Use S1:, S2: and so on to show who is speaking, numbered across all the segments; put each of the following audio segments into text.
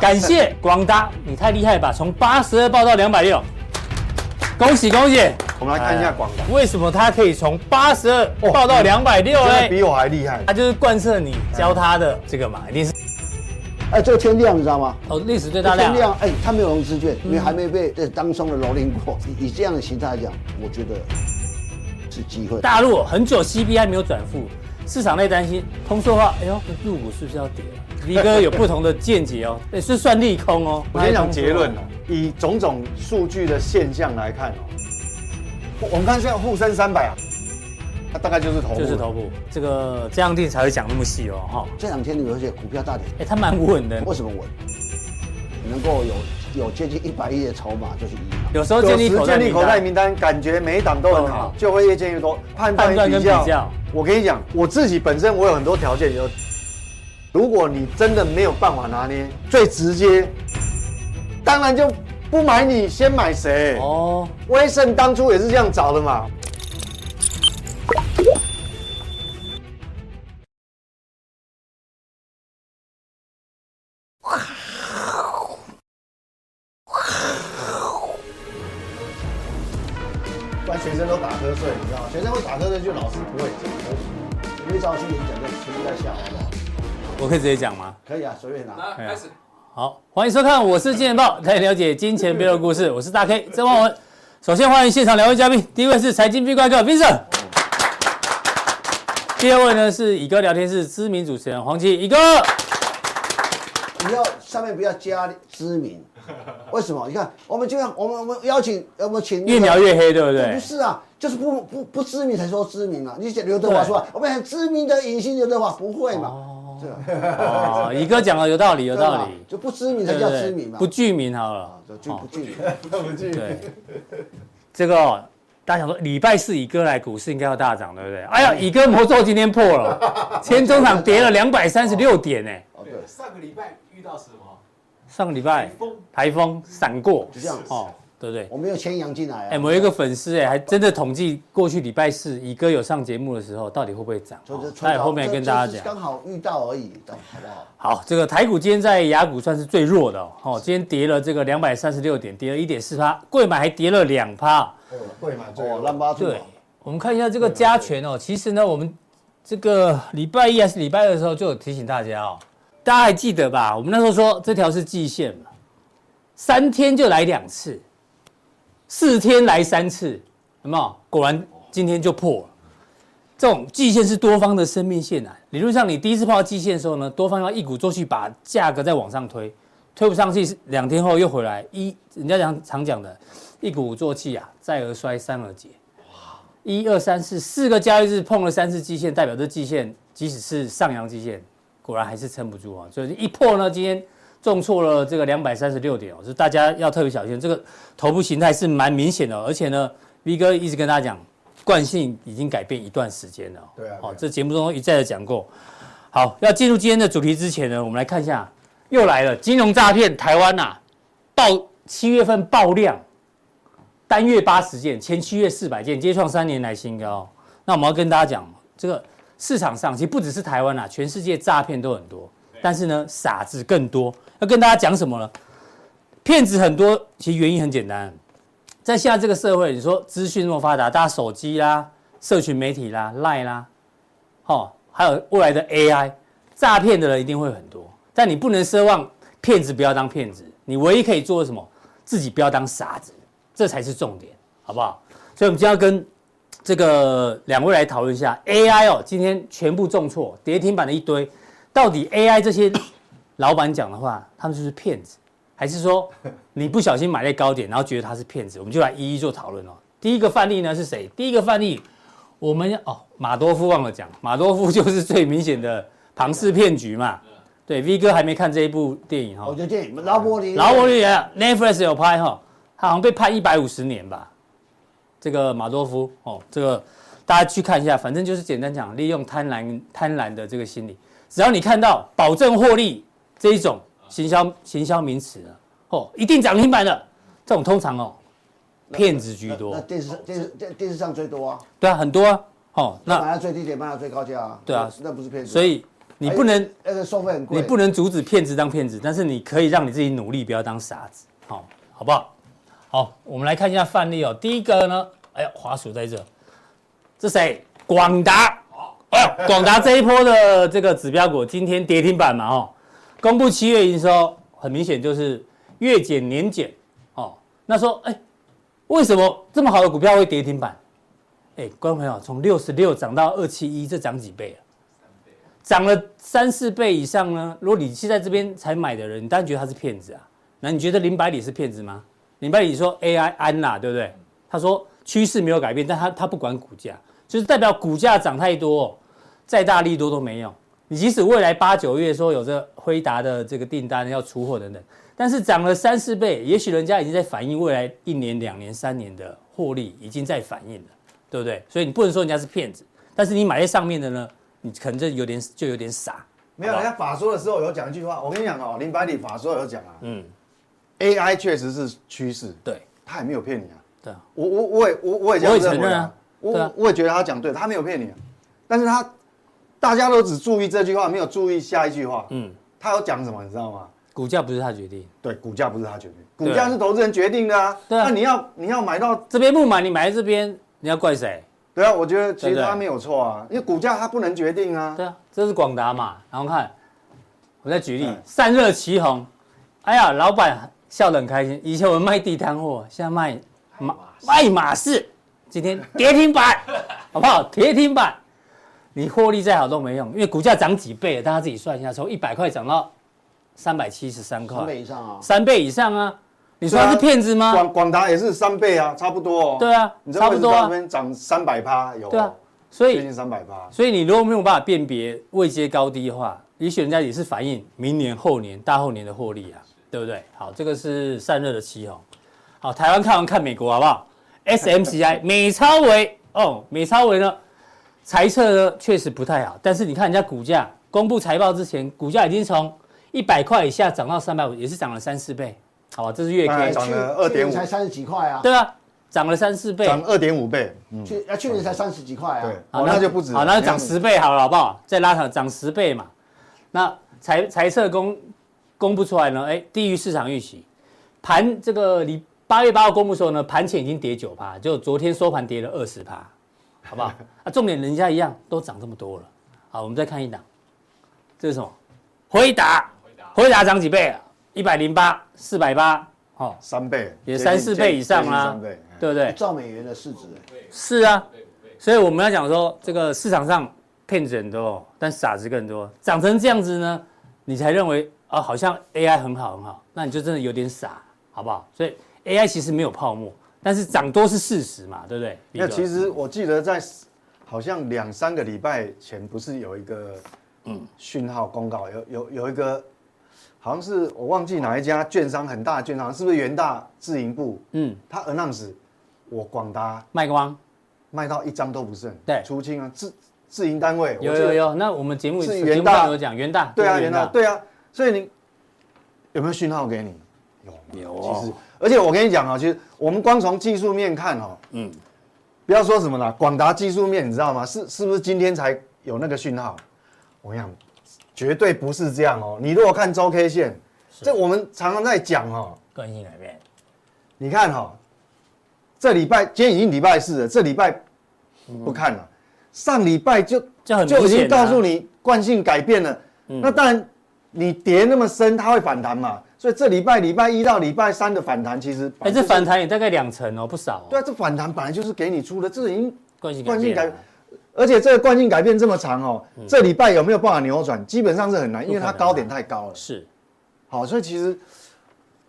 S1: 感谢广达，你太厉害吧，从八十二报到两百六，恭喜恭喜！
S2: 我们来
S1: 哎
S2: 看一下广达，
S1: 为什么他可以从八十二
S2: 哇
S1: 报到两百六
S2: 真的
S1: 嘞？
S2: 比我还厉害。
S1: 他就是贯彻你教他的这个嘛，一定是
S3: 哎，这个天亮你知道吗？
S1: 哦，历史最
S3: 这
S1: 大
S3: 天
S1: 量
S3: 亮，哎，它没有融资券，因为还没被这当中的蹂躏过。以以这样的形态来讲，我觉得是机会。
S1: 大陆很久 CPI 没有转负，市场内担心通缩化，哎呦，入股是不是要跌了？V 哥有不同的见解哦， 也是算利空哦。
S2: 我先讲结论
S1: 哦
S2: 哦，，以种种数据的现象来看哦，我们看现在沪深三百啊，它大概就是头部，
S1: 就是头部这个这样定才会讲那么细哦，哈、
S3: 这两天有一些股票大跌，
S1: 哎，它蛮稳的，
S3: 为什么我能够有有接近一百亿的筹码，就是一嘛。
S1: 有时候
S2: 有
S1: 建立
S2: 时
S1: 口袋
S2: 建立
S1: 名
S2: 口袋
S1: 单，
S2: 名单，感觉每一档都很好
S1: 嗯，
S2: 就会越建越多。判断
S1: 判断跟
S2: 比较，
S1: 比较
S2: 我跟你讲，我自己本身我有很多条件，有。如果你真的没有办法拿捏，最直接，当然就不买你，先买谁？
S1: 哦，
S2: 威盛当初也是这样找的嘛。
S3: 不然学生都打瞌睡，你知道吗？学生会打瞌睡，就老师不会讲。因为照去演讲的全部在笑，好不好？
S1: 我可以直接讲吗？哎
S3: 可以啊，随便拿。
S4: 来，开始。
S1: 好，欢迎收看，我是金钱豹， 来了解金钱背后的故事， 我是大 K 曾焕文。首先欢迎现场两位嘉宾，第一位是财经壁怪客 Vincent，第二位呢是乙哥聊天室知名主持人黄奇乙哥。
S3: 你要上面不要加知名，为什么？你看，我们就像我们我们邀请我们请那
S1: 越
S3: 个
S1: 描越黑，对不
S3: 不
S1: 对？
S3: 是啊，就是不不不知名才说知名啊。你写刘德华说啊，我们很知名的影星刘德华不会嘛？对吧？
S1: 哦，乙哥讲的有道理，有道
S3: 对吧
S1: 理，
S3: 就不知名才
S1: 对
S3: 叫
S1: 对
S3: 知名嘛。
S1: 不具名好了。
S3: 就就不具名。
S1: 对，这个、哦、大家想说，礼拜四乙哥来，股市应该要大涨，对不对？哎呀，乙哥魔咒今天破 了，前中场跌了两百三十六点呢。哎
S3: 哦，对，
S4: 上个礼拜遇到什么？
S1: 上个礼拜
S4: 风
S1: 台风闪过，
S3: 就这样
S1: 哦，对不对？
S3: 我没有牵羊进来
S1: 哎，
S3: 啊。
S1: 某一个粉丝哎，还真的统计过去礼拜四乙哥有上节目的时候，到底会不会涨？
S3: 所以就
S1: 哦
S3: 冲
S1: 待会
S3: 到
S1: 后面
S3: 这
S1: 跟大
S3: 这
S1: 家
S3: 是
S1: 讲。
S3: 刚好遇到而已，懂好不好？
S1: 好，这个台股今天在雅股算是最弱的哦，哦今天跌了这个两百三十六点，跌了一点四趴，贵买还跌了两趴。
S2: 会买
S3: 哦，烂巴兔啊
S1: 对，，我们看一下这个加权哦。其实呢，我们这个礼拜一还是礼拜二的时候就有提醒大家哦，大家还记得吧？我们那时候说这条是季线嘛，三天就来两次，四天来三次，有没有？果然今天就破了。这种季线是多方的生命线啊，理论上你第一次碰到季线的时候呢，多方要一鼓作气把价格再往上推，推不上去，是两天后又回来，一人家讲常讲的，一鼓作气啊，再而衰，三而竭。一二三四四个交易日碰了三次季线，代表这季线即使是上扬季线，果然还是撑不住啊！所以一破呢，今天重挫了这个两百三十六点哦，所以大家要特别小心，这个头部形态是蛮明显的哦，而且呢，V 哥一直跟大家讲，惯性已经改变一段时间了哦。
S2: 对啊对
S1: 哦
S2: 啊，
S1: 这节目中一再的讲过。好，要进入今天的主题之前呢，我们来看一下，又来了金融诈骗，台湾呐、啊，爆七月份爆量，单月八十件，前七月四百件，皆创三年来新高。那我们要跟大家讲，这个市场上其实不只是台湾啦、啊全世界诈骗都很多，但是呢，傻子更多。要跟大家讲什么呢？骗子很多，其实原因很简单，在现在这个社会，你说资讯那么发达，大家手机啦、社群媒体啦、Line 啦，哦，还有未来的 AI，诈骗的人一定会很多，但你不能奢望骗子不要当骗子，你唯一可以做的是什么？自己不要当傻子，这才是重点，好不好？所以我们今天要跟这个两位来讨论一下 AI 哦，今天全部重挫，跌停板的一堆，到底 AI 这些老板讲的话，他们是不是骗子，还是说你不小心买在高点，然后觉得他是骗子？我们就来一一做讨论哦。第一个范例呢是谁？第一个范例，我们哦马多夫忘了讲，马多夫就是最明显的庞氏骗局嘛。对，V 哥还没看这一部电影哈、
S3: 我觉得电影劳勃尼，
S1: 劳勃利亚 Netflix 有拍哈，他好像被判一百五十年吧。这个马多夫哦，这个大家去看一下，反正就是简单讲，利用贪婪贪婪的这个心理，只要你看到保证获利这一种行销行销名词呢，哦，一定涨停板的，这种通常哦，骗子居
S3: 那
S1: 多，
S3: 电视电视电电视上最多啊，
S1: 对啊，很多啊，哦，那
S3: 买到最低点，卖到最高价啊。
S1: 对啊
S3: 那不是骗子啊。
S1: 所以你不能
S3: 那个收费很贵，
S1: 你不能阻止骗子当骗子，但是你可以让你自己努力，不要当傻子，好、好不好？好，我们来看一下范例哦。第一个呢，哎呀，滑鼠在这，这谁？广达。哎呦，广达这一波的这个指标股今天跌停板嘛，哦，公布七月营收，很明显就是月减年减，哦，那说，哎，为什么这么好的股票会跌停板？哎，观众朋友，从六十六涨到二七一，这涨几倍啊？涨了三四倍以上呢，如果你是在这边才买的人，你当然觉得他是骗子啊。那你觉得林百里是骗子吗？林百里说 AI 安啦，对不对？他说趋势没有改变，但他他不管股价，就是代表股价涨太多、哦，再大力多都没用。你即使未来八九月说有这辉达的这个订单要出货等等，但是涨了三四倍，也许人家已经在反映未来一年、两年、三年的获利，已经在反映了，对不对？所以你不能说人家是骗子，但是你买在上面的呢，你可能就有点就有点傻。
S2: 没有，
S1: 好
S2: 人
S1: 不好
S2: 家法说的时候有讲一句话，我跟你讲哦，林百里法说有讲啊
S1: 嗯，
S2: ，AI 确实是趋势，
S1: 对
S2: 他也没有骗你啊。
S1: 对啊，
S2: 我我我也我我也这样
S1: 我也承
S2: 认为
S1: 认啊
S2: 我、
S1: 对啊
S2: 我也觉得他讲对，他没有骗你、啊，但是他大家都只注意这句话，没有注意下一句话。
S1: 嗯，
S2: 他有讲什么，你知道吗？
S1: 股价不是他决定，
S2: 对，股价不是他决定，
S1: 对啊
S2: 股价是投资人决定的啊。
S1: 对啊
S2: 那你要你要买到，
S1: 这边不买你买在这边，你要怪谁？
S2: 对啊，我觉得其
S1: 对
S2: 实
S1: 不对
S2: 他没有错啊，因为股价他不能决定啊。
S1: 对啊，这是广达嘛，然后看，我再举例
S2: 嗯，
S1: 散热旗红，哎呀，老板笑得很开心。以前我们卖地摊货，现在卖马爱马仕，今天跌停 板，好不好？跌停板，你获利再好都没用，因为股价涨几倍了，大家自己算一下，从一百块涨到三百七十三
S3: 三
S1: 块，
S3: 倍以上啊。
S1: 三倍以上啊！你说
S2: 对啊
S1: 他是骗子吗？
S2: 广广达也是三倍啊，差不多哦。
S1: 对啊
S2: 你知道
S1: 差
S2: 为
S1: 不
S2: 什么
S1: 多啊
S2: 那边涨三百趴有？
S1: 对啊，所以
S2: 接近三百趴。
S1: 所以你如果没有办法辨别位阶高低的话，也许人家也是反映明年、后年、大后年的获利啊，对不对？好，这个是散热的旗红。好，台湾看完看美国好不好？SMCI 美超维哦，美超维呢，财测呢确实不太好，但是你看人家股价公布财报之前，股价已经从一百块以下涨到三百五，也是涨了三四倍，好吧？这是月 K，、
S2: 哎
S3: 哎
S2: 涨了
S3: 去去年
S2: 2.5
S3: 才三十几块啊，
S1: 对啊，涨了三四倍，
S2: 涨二点五倍，嗯，
S3: 去啊去年才三十几块啊
S2: 对，哦那就不止
S1: 好，那就涨
S2: 两
S1: 十倍好了，好不好？再拉长涨十倍嘛。那财财测公公布出来呢，哎，低于市场预期。盘这个你八月八号公布的时候呢，盘前已经跌九趴，就昨天收盘跌了二十趴，好 不好？啊，重点人家一样都涨这么多了。好，我们再看一档，这是什么？回答，回答涨几倍啊？一百零八，四百八，哦，
S2: 三倍，
S1: 也
S2: 接近
S1: 三四倍以上啊啦
S2: 接近三倍，哎
S1: 对不对
S3: 一？兆美元的欸市值，
S1: 是啊，所以我们要讲说，这个市场上骗子很多，但傻子更多。长成这样子呢，你才认为啊，好像 AI 很好很好，那你就真的有点傻，好不好？所以 AI 其实没有泡沫，但是涨多是事实嘛，对不对？
S2: 那
S1: 力哥
S2: 其实我记得在好像两三个礼拜前，不是有一个嗯讯号公告，有有有一个好像是我忘记哪一家券商很大的券商，是不是元大自营部？
S1: 嗯，
S2: 他 announce 我广达
S1: 卖光
S2: 卖到一张都不剩，
S1: 对
S2: 出清啊，自自营单位
S1: 有
S2: 我记
S1: 有
S2: 得
S1: 有，那我们节目
S2: 是
S1: 节
S2: 元
S1: 目
S2: 大
S1: 上有讲元大，
S2: 对啊，
S1: 就是
S2: 元大对啊，所以你有没有讯号给你？啊
S1: 有
S2: 其实
S1: 哦，，
S2: 而且我跟你讲啊，其实我们光从技术面看哦，嗯，不要说什么啦，广达技术面你知道吗？是是不是今天才有那个讯号？我跟你讲，绝对不是这样哦。你如果看周 K 线，这我们常常在讲哦，
S1: 关心哪边？
S2: 你看哈、这礼拜今天已经礼拜四了，这礼拜不看了，上礼拜就
S1: 就很明
S2: 就已经
S1: 显啊嗯
S2: 告诉你惯性改变了。那当然，你跌那么深，它会反弹嘛。所以这礼拜礼拜一到礼拜三的反弹，其实
S1: 哎，这反弹也大概两成哦，不少哦。
S2: 对啊，这反弹本来就是给你出的，这已经
S1: 惯性改
S2: 惯性
S1: 变
S2: 改
S1: 啊，，
S2: 而且这个惯性改变这么长哦，这礼拜有没有办法扭转？基本上是很难，因为
S1: 嗯不可
S2: 它
S1: 能啊
S2: 高点太高了。
S1: 是
S2: 好，所以其实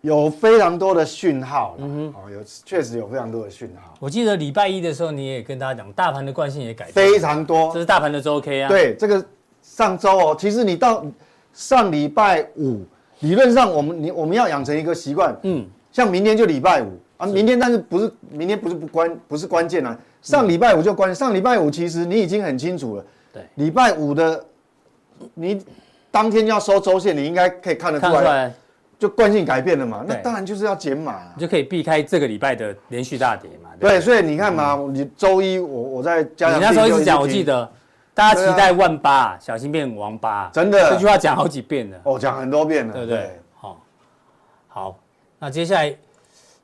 S2: 有非常多的讯号啦，
S1: 嗯
S2: 哦，有确实有非常多的讯号，
S1: 我记得礼拜一的时候，你也跟大家讲，大盘的惯性也改变了，
S2: 非常多
S1: 这。是大盘的周 K 啊。
S2: 对，这个上周哦，其实你到上礼拜五，理论上我们你我们要养成一个习惯，
S1: 嗯，
S2: 像明天就礼拜五啊，明天但是不是明天不是不关不是关键啊，上礼拜五就关，上礼拜五其实你已经很清楚了，
S1: 对
S2: 礼拜五的你当天要收周线，你应该可以看得出
S1: 看得
S2: 来，
S1: 出来，
S2: 就惯性改变了嘛，那
S1: 对
S2: 当然就是要减码、啊
S1: 你。就可以避开这个礼拜的连续大跌嘛。
S2: 对，所以你看嘛，你周一我我在家
S1: 嗯你
S2: 长
S1: 那时候一直讲，
S2: 听
S1: 我记得大家期
S2: 对啊
S1: 待万八，小心变王八。
S2: 真的
S1: 这句话讲好几遍了，
S2: 哦，讲很多遍了，
S1: 对不对？好，好，那接下来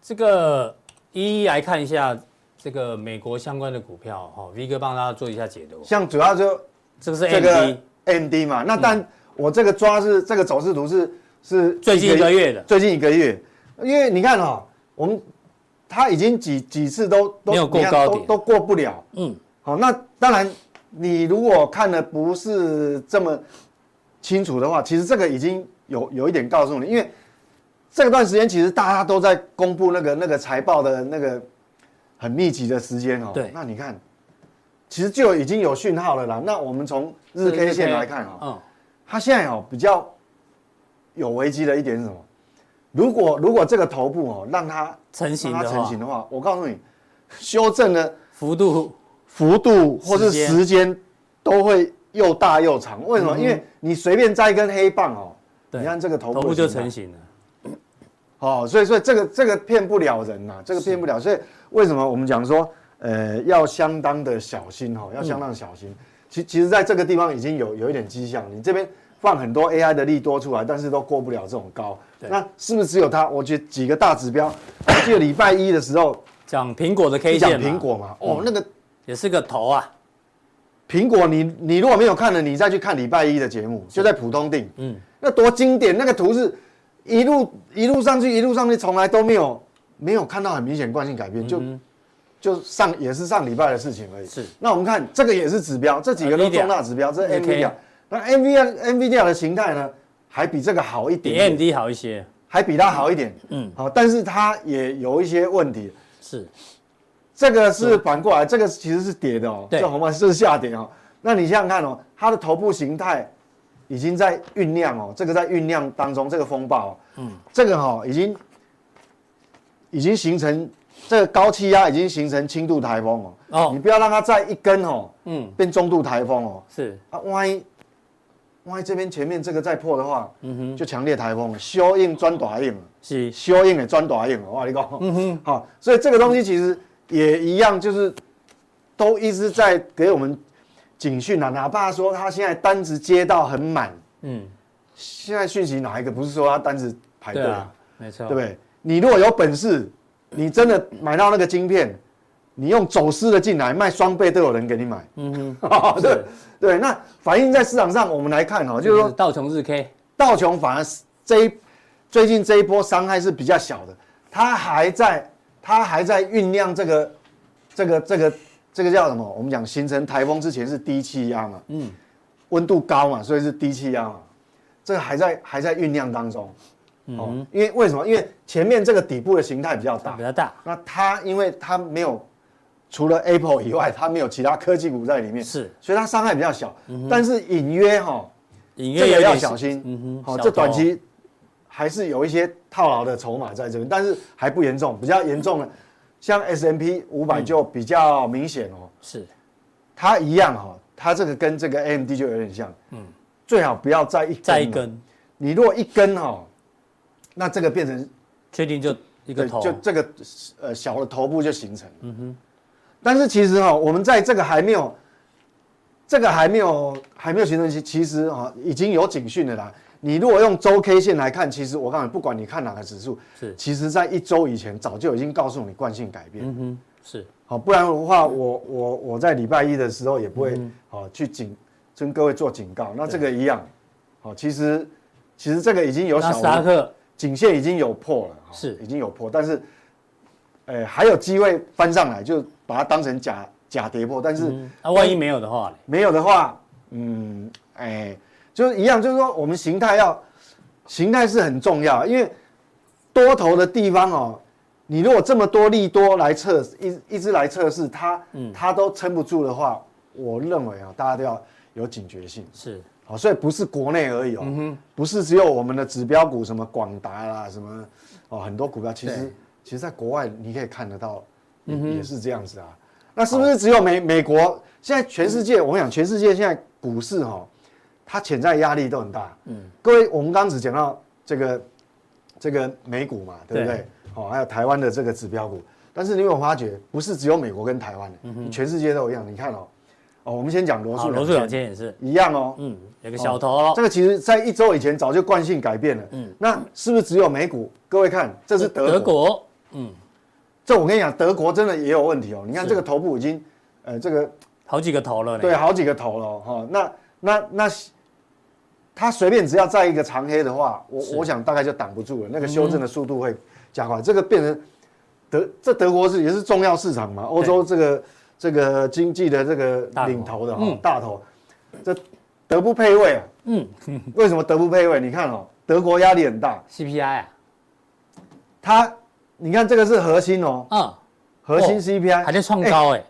S1: 这个一一来看一下这个美国相关的股票哈、v 哥帮大家做一下解读。
S2: 像主要就
S1: 这个是
S2: 这
S1: M
S2: 个
S1: D
S2: MD 嘛，那但我这个抓是这个走势图是是
S1: 最近一个
S2: 月，
S1: 月的，
S2: 最近一个月，因为你看哈，我们它已经几几次都都
S1: 没有过
S2: 你看
S1: 高
S2: 都
S1: 点
S2: 都过不了。
S1: 嗯，
S2: 好，那当然你如果看的不是这么清楚的话，其实这个已经有有一点告诉你，因为这段时间其实大家都在公布那个那个财报的那个很密集的时间哦。
S1: 对
S2: 那你看，其实就已经有讯号了啦。那我们从日 K 线来看哦，
S1: 嗯，
S2: 它现在哦比较有危机的一点是什么？如果如果这个头部哦让它
S1: 成型
S2: 让它
S1: 的
S2: 成
S1: 话
S2: 型，的话，我告诉你，修正的
S1: 幅度
S2: 幅度或是
S1: 时间
S2: 时间都会又大又长。为什么？因为你随便摘一根黑棒哦，
S1: 嗯对
S2: 你看这个头
S1: 头
S2: 部
S1: 部就
S2: 形态
S1: 成型了。
S2: 哦，所以所以这个这个骗不了人呐、这个骗不了。所以为什么我们讲说，呃，要相当的小心哦，要相当的小
S1: 嗯
S2: 心。其其实在这个地方已经有有一点迹象，你这边放很多 AI 的利多出来，但是都过不了这种高。那是不是只有它？我觉得几个大指标，我记得礼拜一的时候
S1: 讲苹果的 K
S2: 你讲
S1: 线嘛嗯
S2: 苹果嘛，哦，那个
S1: 也是个头啊，
S2: 苹果你，你如果没有看了，你再去看礼拜一的节目，就在浦东定，
S1: 嗯
S2: 嗯，那多经典，那个图是一路一路上去，一路上去，从来都没有没有看到很明显惯性改变，就、就上也是上礼拜的事情而
S1: 嗯
S2: 已。
S1: 是
S2: 那我们看这个也是指标，这几个都
S1: NVIDIA
S2: 重大指标，这是
S1: OK
S2: NVIDIA，那 NVIDIA NVIDIA 的形态呢，还比这个好一
S1: 比
S2: 点
S1: M
S2: 点
S1: D 好一些，
S2: 还比它好一点，
S1: 嗯
S2: 嗯，好，但是它也有一些问题，
S1: 是
S2: 这个是反过来，这个其实是跌的哦，
S1: 对
S2: 这红盘是下跌哦。那你想想看哦，它的头部形态已经在酝酿哦，这个在酝酿当中，这个风暴、哦，嗯，这个哈、哦、已经已经形成这个高气压已经形成轻度台风哦，
S1: 哦
S2: 你不要让它再一根哦，
S1: 嗯
S2: 嗯，变中度台风哦，
S1: 是
S2: 啊，万一万一这边前面这个再破的话，嗯哼，就强烈台风了，修硬钻短硬了。
S1: 是
S2: 修硬的专大硬，我跟你讲，嗯哼，好，所以这个东西其实也一样，就是都一直在给我们警讯啊。哪怕说他现在单子接到很满，
S1: 嗯，
S2: 现在讯息哪一个不是说他单子排队
S1: 对
S2: 啊
S1: 啊？，没错，
S2: 对不对？你如果有本事，你真的买到那个晶片，你用走私的进来卖双倍都有人给你买，
S1: 嗯
S2: 哦， 对
S1: 是
S2: 对。那反映在市场上，我们来看哦，
S1: 哼，
S2: 就是说
S1: 道琼日 K
S2: 道琼反而是这一最近这一波伤害是比较小的，它还在它还在酝酿这个这个这个这个叫什么？我们讲形成台风之前是低气压嘛，
S1: 嗯
S2: 嗯，温度高嘛，所以是低气压嘛，这个还在还在酝酿当中。
S1: 嗯
S2: 哦，因为为什么？因为前面这个底部的形态比较大
S1: 比，较大，
S2: 那它因为它没有除了 Apple 以外，它没有其他科技股在里面，
S1: 是嗯
S2: 所以它伤害比较小。但是隐约哈、
S1: 隐
S2: 这
S1: 约有
S2: 个要
S1: 点
S2: 小心。嗯哼，好，
S1: 小
S2: 这短
S1: 头
S2: 期还是有一些套牢的筹码在这边，但是还不严重。比较严重的，像 S M P 五
S1: 嗯
S2: 百就比较明显哦。
S1: 是
S2: 它一样哈、哦，它这个跟这个 A M D 就有点像。嗯，最好不要再一根
S1: 再一
S2: 了。
S1: 根，
S2: 你如果一根哦，那这个变成
S1: 确定就一个
S2: 对
S1: 头，
S2: 就这个呃小的头部就形成。嗯哼。但是其实哈、我们在这个还没有，这个还没有还没有形成其其实哈、已经有警讯的啦。你如果用周 K 线来看，其实我告诉你，不管你看哪个指数，
S1: 是
S2: 其实在一周以前早就已经告诉你惯性改变。
S1: 嗯哼，是
S2: 好，不然的话，我我我在礼拜一的时候也不会
S1: 嗯
S2: 好、去警跟各位做警告。那这个一样，好，其实其实这个已经有
S1: 纳
S2: 小
S1: 斯达克
S2: 颈线已经有破了，哈
S1: 是
S2: 已经有破，但是，呃，还有机会翻上来，就把它当成假假跌破，但是
S1: 嗯那万一没有的话嘞，
S2: 没有的话，嗯，哎、就是一样，就是说我们形态要形态是很重要，因为多头的地方哦，你如果这么多利多来测一一直来测试它，
S1: 嗯
S2: 它都撑不住的话，我认为啊、大家都要有警觉性。
S1: 是
S2: 好，哦所以不是国内而已
S1: 嗯
S2: 哦，不是只有我们的指标股，什么广达啦，什么哦，很多股票其实其实在国外你可以看得到，也
S1: 嗯
S2: 也是这样子啊。那是不是只有美美国？现在全世界，我想全世界现在股市哈、哦，它潜在压力都很大。嗯，各位，我们刚刚只讲到这个这个美股嘛，对不对？
S1: 对
S2: 哦，还有台湾的这个指标股，但是你有没有发觉，不是只有美国跟台湾的，全世界都一样。你看哦，哦，我们先讲罗
S1: 嗯好，
S2: 素哦
S1: 罗素两千也是，
S2: 一样哦，
S1: 嗯，有个小头
S2: 这，个其实在一周以前早就惯性改变了。嗯，那是不是只有美股？各位看，这是德国，
S1: 德国，
S2: 这我跟你讲，德国真的也有问题哦。你看这个头部已经，呃，这个
S1: 好几个头了呢。
S2: 对，好几个头了哦哈、那那那，它随便只要在一个长黑的话，我
S1: 是
S2: 我想大概就挡不住了。那个修正的速度会加快，这个变成德这德国是也是重要市场嘛，欧洲这个这个经济的这
S1: 大
S2: 个
S1: 头
S2: 领头的哈、
S1: 嗯
S2: 大头，这德不配位啊。
S1: 嗯
S2: 为什么德不配位？你看哦，德国压力很大，
S1: ，CPI 啊，
S2: 它你看这个是核心哦，
S1: 嗯，
S2: 核心
S1: 哦
S2: CPI、
S1: 还在创高哎，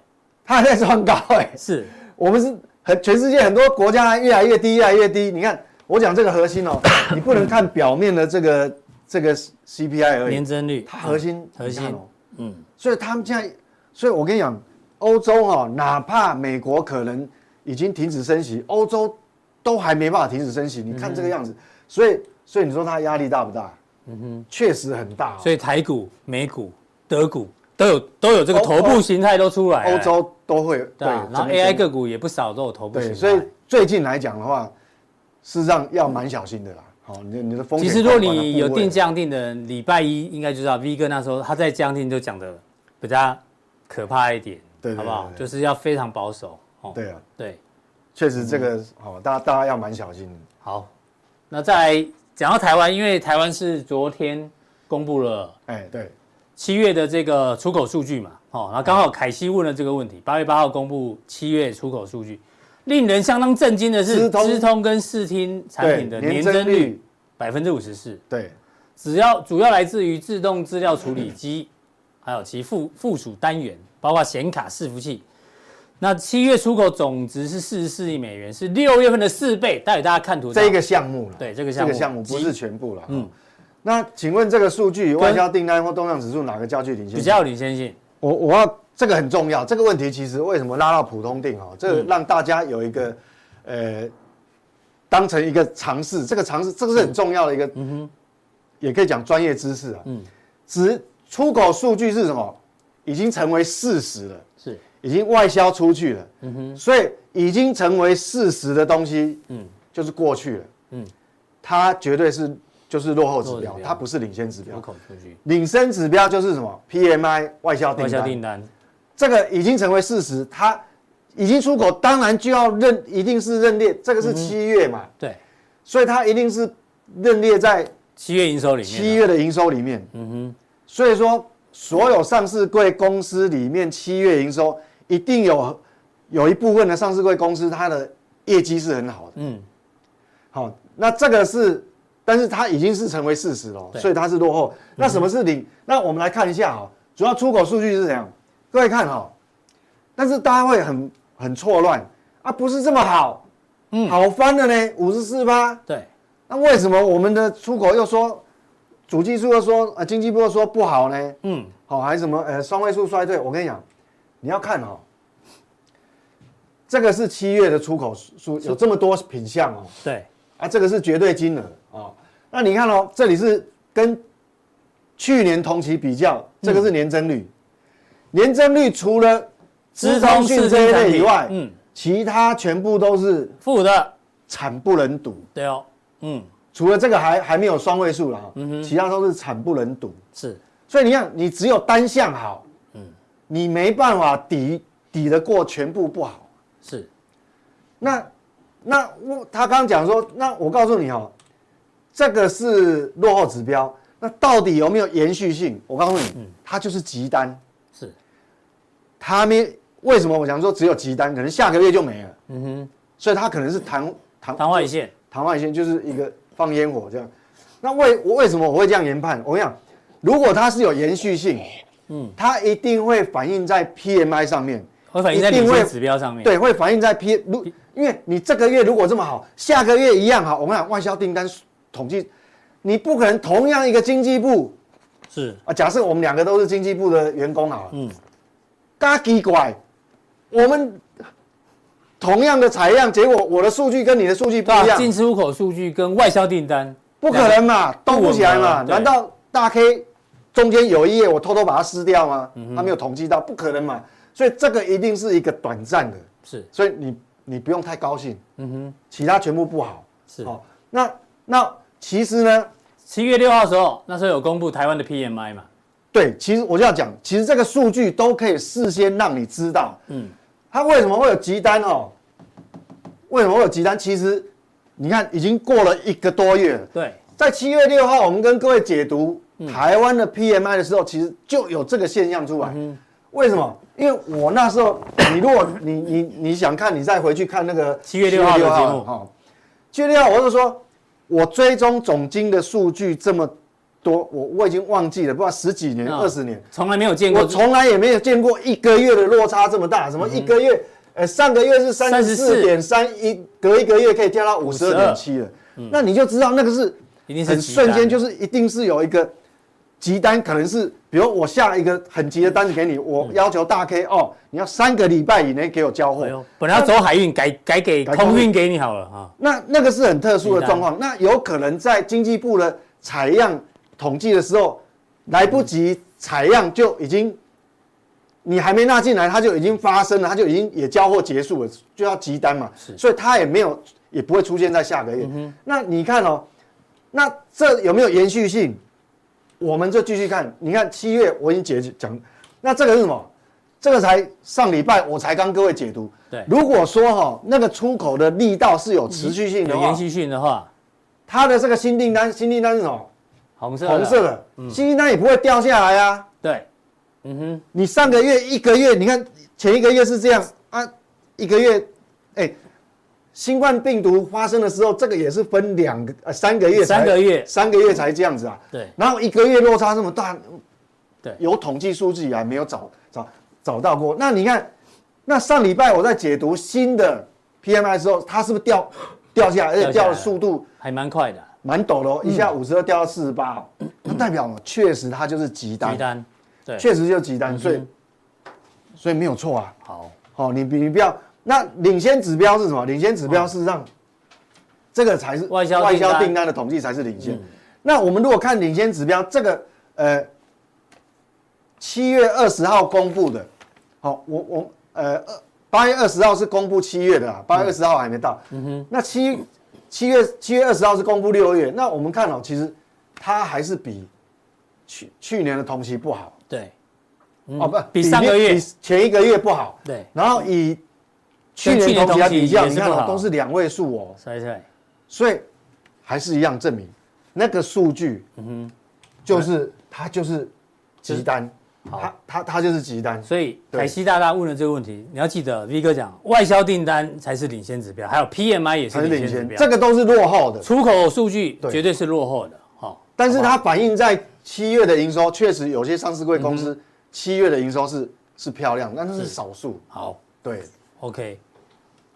S2: 它还在创高哎、
S1: 是，
S2: 我们是很全世界很多国家越来越低，越来越低。你看，我讲这个核心哦，你不能看表面的这个这个 CPI 而
S1: 年
S2: 已，
S1: 增率，
S2: 它核心
S1: 核心
S2: 你看哦。
S1: 嗯，
S2: 所以他们现在，所以我跟你讲，欧洲哦，哪怕美国可能已经停止升息，欧洲都还没办法停止升
S1: 嗯
S2: 息。你看这个样子，所以所以你说它压力大不大？嗯哼，确实很大、哦。
S1: 所以台股、美股、德股都有都有这个
S2: 欧
S1: 头部形态都出来了，
S2: 欧洲都会
S1: 哎对啊，然
S2: 整
S1: 后
S2: 个
S1: AI 个股也不少都有头部形
S2: 对，
S1: 态。
S2: 所以最近来讲的话，事实上要蛮小心的啦。好、你的你的风险
S1: 其
S2: 控管的部位。
S1: 实，如果你有定降定的，礼拜一应该就知道 V 哥那时候他在降定就讲的比较可怕一点，
S2: 对对
S1: 好不好
S2: 对？对
S1: 就是要非常保守哦。
S2: 对啊，
S1: 对，
S2: 确实这
S1: 嗯
S2: 个好、大家大家要蛮小心的。
S1: 好，那再来讲到台湾，因为台湾是昨天公布了
S2: 哎，对，
S1: 七月的这个出口数据嘛，哦，然后刚好凯西问了这个问题，八月八号公布七月出口数据，令人相当震惊的是，
S2: 资通
S1: 资通跟视听产品的
S2: 对
S1: 年
S2: 年
S1: 增
S2: 增率
S1: 率百分之五十四。
S2: 对，
S1: 只要主要来自于自动资料处理机，还有其附附属单元，包括显卡、伺服器。那七月出口总值是四十四亿美元，是六月份的四倍。待会大家看图上，
S2: 这一个项目了。
S1: 对这个项目
S2: 这个项目
S1: 及
S2: 不是全部了。
S1: 嗯
S2: 嗯，那请问这个数据
S1: 跟
S2: 外销订单或动向指数哪个较具领先？
S1: 比较有领先性。
S2: 我我要这个很重要，这个问题其实为什么拉到普通定哦，这个
S1: 嗯
S2: 让大家有一个、呃当成一个尝试，这个尝试这个是很重要的一个，也可以讲专业知识啊，
S1: 嗯
S2: 嗯，只出口数据是什么，已经成为事实了，
S1: 是
S2: 已经外销出去了，嗯哼，所以已经成为事实的东西，嗯，就是过去了，
S1: 嗯
S2: 嗯，它绝对是就是落后指
S1: 落后指
S2: 标，
S1: 标
S2: 它不是领先指标
S1: 出，口数据，
S2: 领先指标就是什么 PMI 外销订
S1: 外销
S2: 单。
S1: 订单
S2: 这个已经成为事实，它已经出口，当然就要认，一定是认列，这个
S1: 嗯
S2: 是七月嘛，
S1: 对
S2: 所以它一定是认列在
S1: 七月营收里面啊，
S2: 七月的营收里面。嗯哼，所以说所有上市贵公司里面，七月营收一定有有一部分的上市贵公司它的业绩是很好的。
S1: 嗯
S2: 好，那这个是，但是它已经是成为事实了，
S1: 对
S2: 所以它是落后。那什么是领？那我们来看一下哈，主要出口数据是怎样？各位看哈，但是大家会很很错乱啊，不是这么好，
S1: 嗯
S2: 好翻了呢，五十四趴。
S1: 对
S2: 那为什么我们的出口又说，主技术又说，呃，经济部又说不好呢？
S1: 嗯
S2: 好、还是什么呃双位数衰退？我跟你讲，你要看哦，这个是七月的出口数，有这么多品项哦。
S1: 对
S2: 啊，这个是绝对金额哦。那你看哦，这里是跟去年同期比较，这个是年增率，年增率除了资通讯这一类以外，
S1: 嗯
S2: 其他全部都是
S1: 负的
S2: 惨不忍睹。
S1: 对哦，嗯
S2: 除了这个还还没有双位数了啊，其他都是惨不忍睹。
S1: 是
S2: 所以你看，你只有单项好，
S1: 嗯
S2: 你没办法抵抵得过全部不好。
S1: 是
S2: 那那我他刚刚讲说，那我告诉你哦，这个是落后指标，那到底有没有延续性？我告诉
S1: 嗯
S2: 你，它就是急单，
S1: 是
S2: 它没为什么我讲说只有急单，可能下个月就没了，
S1: 嗯哼，
S2: 所以它可能是昙昙
S1: 昙花一现
S2: 昙花一现，就是一个放烟火这样。那为我为什么我会这样研判？我跟你讲，如果它是有延续性，嗯，它一定会反映在 PMI 上面，
S1: 会反映在
S2: 一定
S1: 领
S2: 会
S1: 先指标上面，
S2: 对，会反映在 P 如，因为你这个月如果这么好，下个月一样好。我们讲外销订单统计，你不可能同样一个经济部
S1: 是
S2: 啊，假设我们两个都是经济部的员工好了，
S1: 嗯
S2: 嗯，嘎叽拐，我们同样的采样，结果我的数据跟你的数据不
S1: 对
S2: 一
S1: 啊，
S2: 样，
S1: 进出口数据跟外销订单
S2: 不可能嘛，
S1: 不
S2: 动
S1: 吻合
S2: 不起来嘛？
S1: 对
S2: 难道大 K 中间有一嗯页我偷偷把它撕掉吗？他没有统计到，不可能嘛。所以这个一定是一个短暂的，
S1: 是
S2: 所以你你不用太高兴，嗯哼，其他全部不好，
S1: 是
S2: 好、那那其实呢，
S1: 七月六号的时候，那时候有公布台湾的 PMI 嘛？
S2: 对，其实我就要讲，其实这个数据都可以事先让你知道，
S1: 嗯，
S2: 它为什么会有急单哦？为什么会有急单？其实你看，已经过了一个多月了，
S1: 对，
S2: 在七月六号，我们跟各位解读台湾的 PMI 的时候，其实就有这个现象出来。为什么？因为我那时候，你如果你你你想看，你再回去看那个
S1: 7月6号的节目
S2: 哈。七月六号，我就说，我追踪总经的数据这么多，我我已经忘记了，不知道十几年、
S1: 嗯
S2: 二十年，
S1: 从来没有见过嗯
S2: 我从来也没有见过一个月的落差这么大。什么一个月？呃，上个月是三十四点三一，隔一个月可以掉到五十二点七了。那你就知道那个是
S1: 嗯一定是
S2: 很
S1: 急单
S2: 瞬间，就是一定是有一个急单，可能是比如我下一个很急的单子给你，我要求大 K 哦，你要三个礼拜以内给我交货
S1: 嗯哎。呦本来要走海运，改改给
S2: 改空运
S1: 空运给你好了啊。
S2: 那那个是很特殊的状况，那有可能在经济部的采样统计的时候，来不及采样就已经，你还没纳进来，它就已经发生了，它就已经也交货结束了，就要急单嘛，所以它也没有也不会出现在下个月。那你看哦，那这有没有延续性？我们就继续看，你看七月我已经解讲，那这个是什么？这个才上礼拜我才刚各位解读。
S1: 对
S2: 如果说哈、那个出口的力道是有持续性
S1: 嗯
S2: 的
S1: 有
S2: 话
S1: 延，续性的话，
S2: 它的这个新订单，新订单是什么？
S1: 红色
S2: 红色的，
S1: 嗯
S2: 新订单也不会掉下来啊。
S1: 对，嗯哼，
S2: 你上个月一个月，你看前一个月是这样啊，一个月，哎、新冠病毒发生的时候，这个也是分两个呃三个月才
S1: 三个月
S2: 三个月才这样子啊。
S1: 对
S2: 然后一个月落差这么大，嗯
S1: 对
S2: 有统计数据以来没有找找找到过。那你看，那上礼拜我在解读新的 PMI 的时候，它是不是掉掉下来，而且
S1: 掉下来
S2: 掉的
S1: 了嗯
S2: 速度
S1: 还蛮快的，
S2: 蛮陡的哦，一下五十二掉到四十八，哦那代表确实它就是急单
S1: 急，单，对，
S2: 啊确实就是急
S1: 嗯
S2: 单，所以所以没有错啊。
S1: 好，
S2: 好，你你不要那领先指标是什么？领先指标事实上，这个才是
S1: 外销
S2: 外
S1: 订
S2: 销
S1: 单嗯
S2: 订单的统计才是领先。那我们如果看领先指标，这个呃，七月二十号公布的，好，我我呃二八月二十号是公布七月的啊，八月二十号还没到。嗯哼，那七七月七月二十号是公布六月，那我们看哦，其实它还是比去去年的同期不好。
S1: 对，
S2: 哦，不，
S1: 嗯比上个月
S2: 比前一个月不好。
S1: 对
S2: 然后以去
S1: 跟去年
S2: 年同期来比较，
S1: 同期也
S2: 你
S1: 是
S2: 看
S1: 不
S2: 哦
S1: 好
S2: 都是两位数哦，
S1: 所以对，
S2: 所以还是一样证明那个数据，嗯哼，就是它就是急单，它它它就是急单，
S1: 所以
S2: 对
S1: 凯西大大问了这个问题，你要记得 V 哥讲，外销订单才是领先指标，还有 PMI 也是
S2: 很
S1: 领
S2: 领
S1: 先指
S2: 先，
S1: 标，
S2: 这个都是落后的，
S1: 出口数据
S2: 对
S1: 绝对是落后的，哦好，
S2: 但是它反映在七月的营收，确实有些上市贵公
S1: 嗯
S2: 司七月的营收是是漂亮，但是是少数，
S1: 好
S2: 对，
S1: ，OK，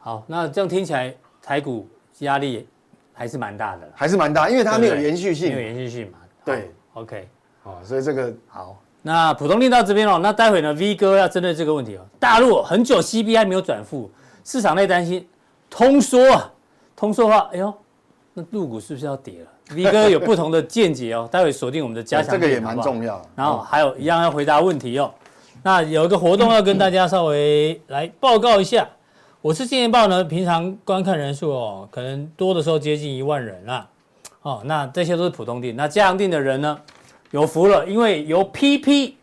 S1: 好，那这样听起来台股压力还是蛮大的啦，
S2: 还是蛮大，因为它没有
S1: 对不对
S2: 延续
S1: 没有
S2: 性，
S1: 延续性嘛，好
S2: 对
S1: ，OK。
S2: 啊，所以这个
S1: 好，那普通令到这边哦，那待会呢，V 哥要针对这个问题哦，大陆很久 CPI 没有转负，市场内担心通缩啊，通缩的话，哎呦，那入股是不是要跌了？V 哥有不同的见解哦，待会锁定我们的加强
S2: 哎这
S1: 点，
S2: 个也蛮
S1: 好不好
S2: 重要的。
S1: 然后还有一样要回答问题哦。那有一个活动要跟大家稍微来报告一下，我是纪念报呢，平常观看人数哦，可能多的时候接近一万人啦、哦，那这些都是普通订，那加强订的人呢，有福了，因为由 PP，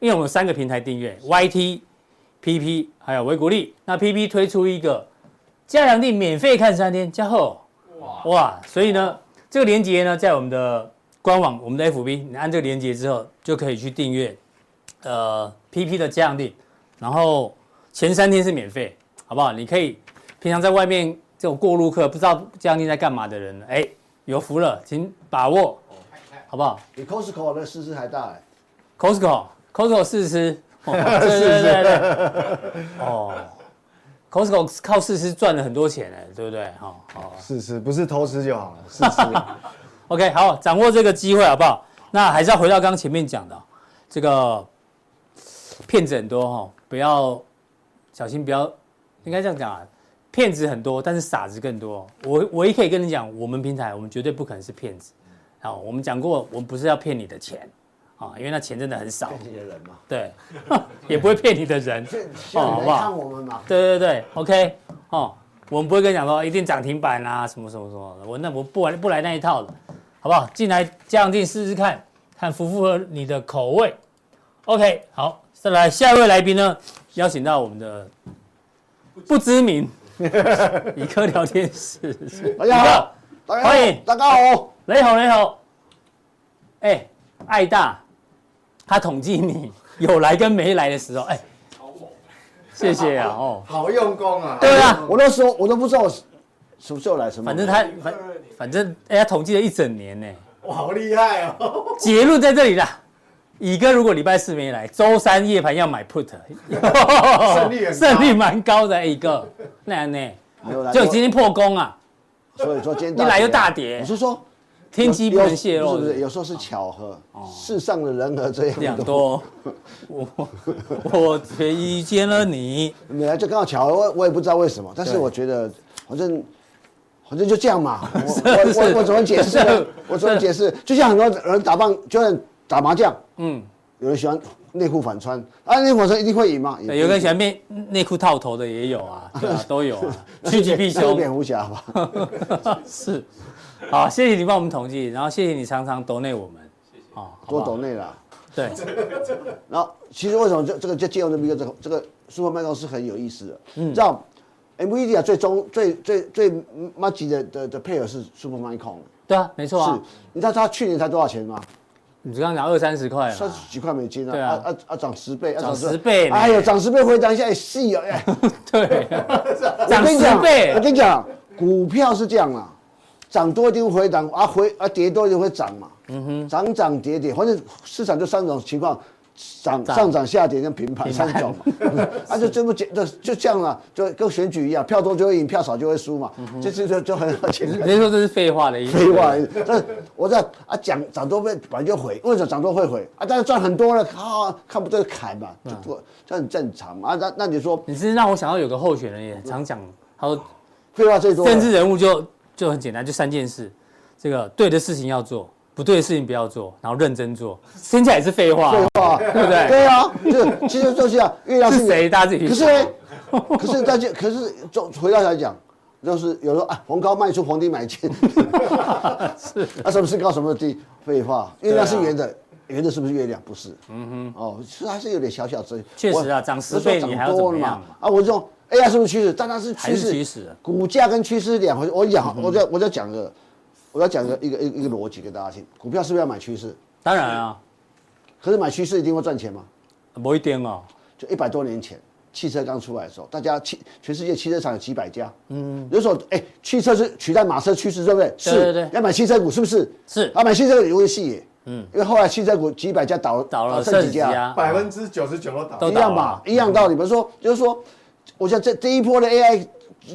S1: 因为我们有三个平台订阅 YT、PP 还有维谷利，那 PP 推出一个加强订免费看三天，加厚
S4: 哇，
S1: 哇，所以呢，这个链接呢，在我们的官网、我们的 FB，你按这个链接之后，就可以去订阅，呃，PP 的加强订，然后前三天是免费，好不好？你可以平常在外面这种过路客不知道加强订在干嘛的人，哎，有福了，请把握，
S4: 看一看，
S1: 好不好
S3: 比 Costco 的市值还大哎，
S1: ？Costco，Costco 试吃，哦对对对对，哦，Costco 靠试吃赚了很多钱哎，对不对？好、好。
S2: 试吃，不是偷吃就 好了，试吃。
S1: OK，好，掌握这个机会好不好？那还是要回到刚刚前面讲的哦，这个骗子很多哈、哦，不要小心，不要应该这样讲啊，骗子很多，但是傻子更多哦。我唯一可以跟你讲，我们平台我们绝对不可能是骗子。好，我们讲过，我们不是要骗你的钱，啊，因为那钱真的很少，
S3: 骗这些人嘛，
S1: 对， 也不会骗你的人，
S3: 这希望
S1: 哦好
S3: 你
S1: 不
S3: 来
S1: 好
S3: 看我们嘛。
S1: 对对对，OK，哦，我们不会跟你讲说一定涨停板啦、什么什么什么的，我那我不玩不来那一套的，好不好？进来加强定试试看，看符不符合你的口味。OK，好，再来下一位来宾呢，邀请到我们的不知名理科聊天室，
S2: 大家好，
S3: 大家
S1: 哎欢迎
S3: 好，大家好，
S1: 雷吼雷吼，哎、爱大，他统计你有来跟没来的时候，哎、谢谢啊哦。
S2: 好用功啊！
S1: 对啊
S3: 我那时候我都不知道我什么时候来什么，
S1: 反正他反反正哎，他统计了一整年呢，
S2: 我好厉害哦！
S1: 结论在这里啦。乙哥如果礼拜四没来，周三夜盘要买 put，胜
S2: 率很高
S1: 胜率蛮高的。乙哥， 那样呢，
S3: 没有来，
S1: 就今天破功啊，
S3: 所以 说今天
S1: 一来就大跌
S3: 我是说
S1: 天机不能泄
S3: 有
S1: 露哦
S3: 不是不是？有时候是巧合，世上的人和这
S1: 两
S3: 样多，
S1: 多，我我推荐了你，
S3: 本来就刚好巧合，我我也不知道为什么，但是
S1: 对
S3: 我觉得反正。反正就这样嘛，我
S1: 是
S3: 我我我怎么解释呢
S1: 是？
S3: 我怎么解释？就像很多人打棒，就像打麻将，
S1: 嗯，
S3: 有人喜欢内裤反穿，啊，内裤反穿一定会赢嘛？也不一定
S1: 有个人喜欢变内裤套头的也有啊，对啊，都有啊，趋吉避
S3: 那就
S1: 凶。
S3: 蝙蝠侠吧。
S1: 是，好，谢谢你帮我们统计，然后谢谢你常常抖内我们，哦，好不
S3: 多
S1: 好
S3: 懂内啦。
S1: 对，
S3: 然后其实为什么这这个就借用这么一个这个这个 Super m a n 是很有意思的，你知道 NVIDIA 最终最最最 m a g i 的的的配合是 Super m i c o
S1: 对啊，没错
S3: 是
S1: 啊，，
S3: 你知道它去年才多少钱吗？
S1: 你刚刚讲二三十块
S3: 三
S1: 了
S3: 十，几块美金
S1: 啊对
S3: 啊，
S1: 啊
S3: 啊啊啊，涨十倍，啊
S1: 涨10倍呢
S3: 哎呦，涨十倍回档一下，哎，细啊，哎，
S1: 对，
S3: 我
S1: 涨
S3: 跟你
S1: 十
S3: 讲我
S1: 倍，
S3: 跟你讲，股票是这样啦，涨多一定会回档，啊回啊跌多一定会涨嘛，嗯哼，涨涨跌跌，反正市场就三种情况，涨
S1: 涨
S3: 上涨下跌跟平盘
S1: 平
S3: 三
S1: 盘
S3: 种嘛， 啊就这么简，就就这样了，就跟选举一样，票多就会赢，票少就会输嘛，
S1: 嗯
S3: 这这就就很好简 单。
S1: 人家说这是废话的意思，
S3: 废话， 但是我在啊讲涨多会本来就毁，为什么涨多会毁啊？但是赚很多了，啊看不对砍嘛，就做这很正常嘛。啊那那你说
S1: 你是让我想到有个候选人也常讲，他说
S3: 废话最多了，
S1: 政治人物就就很简单，就三件事，这个对的事情要做，不对的事情不要做，然后认真做，听起来也是废话，啊
S3: 废话，
S1: 对不对
S3: 对啊，就是其实就是这样，月亮是
S1: 是
S3: 你
S1: 谁？大家自己去
S3: 可是
S1: 想
S3: 呢， 可是大家可是就回到来讲，就是有时候啊，逢高卖出，逢低买进， 是啊，什么是高，什么是低？废话，月亮是圆的，
S1: 啊
S3: 圆的是不是月亮？不是，嗯哼，哦，是还是有点小小争议。
S1: 确实啊
S3: 我
S1: 涨10
S3: 我说
S1: 倍你还要
S3: 涨多
S1: 怎么
S3: 了
S1: 样
S3: 嘛？啊，我这种 AI 是不是趋势？但它是
S1: 还
S3: 趋
S1: 是
S3: 势，
S1: 趋势嗯啊
S3: 股价跟趋势是两回事。我讲，我再我再讲个，我要讲个一个一个一个逻辑给大家听。股票是不是要买趋势？
S1: 当然啊，
S3: 可是买趋势一定会赚钱吗？
S1: 某一点哦，
S3: 就一百多年前，汽车刚出来的时候，大家汽全世界汽车厂有几百家，嗯，有时候哎、汽车是取代马车趋势，对不对？是，
S1: 对对
S3: 要买汽车股是不是？啊
S1: 是
S3: 要买汽车股有戏耶，嗯，因为后来汽车股几百家倒
S1: 倒了
S3: 剩
S1: 剩
S3: 几
S1: 几
S3: 家，
S1: 家，
S2: 百分之九十九都倒
S1: 都
S2: 了，
S3: 一
S1: 倒
S3: 样
S1: 了
S3: 嘛，一样道理。比如说，就是说，我想这这一波的 AI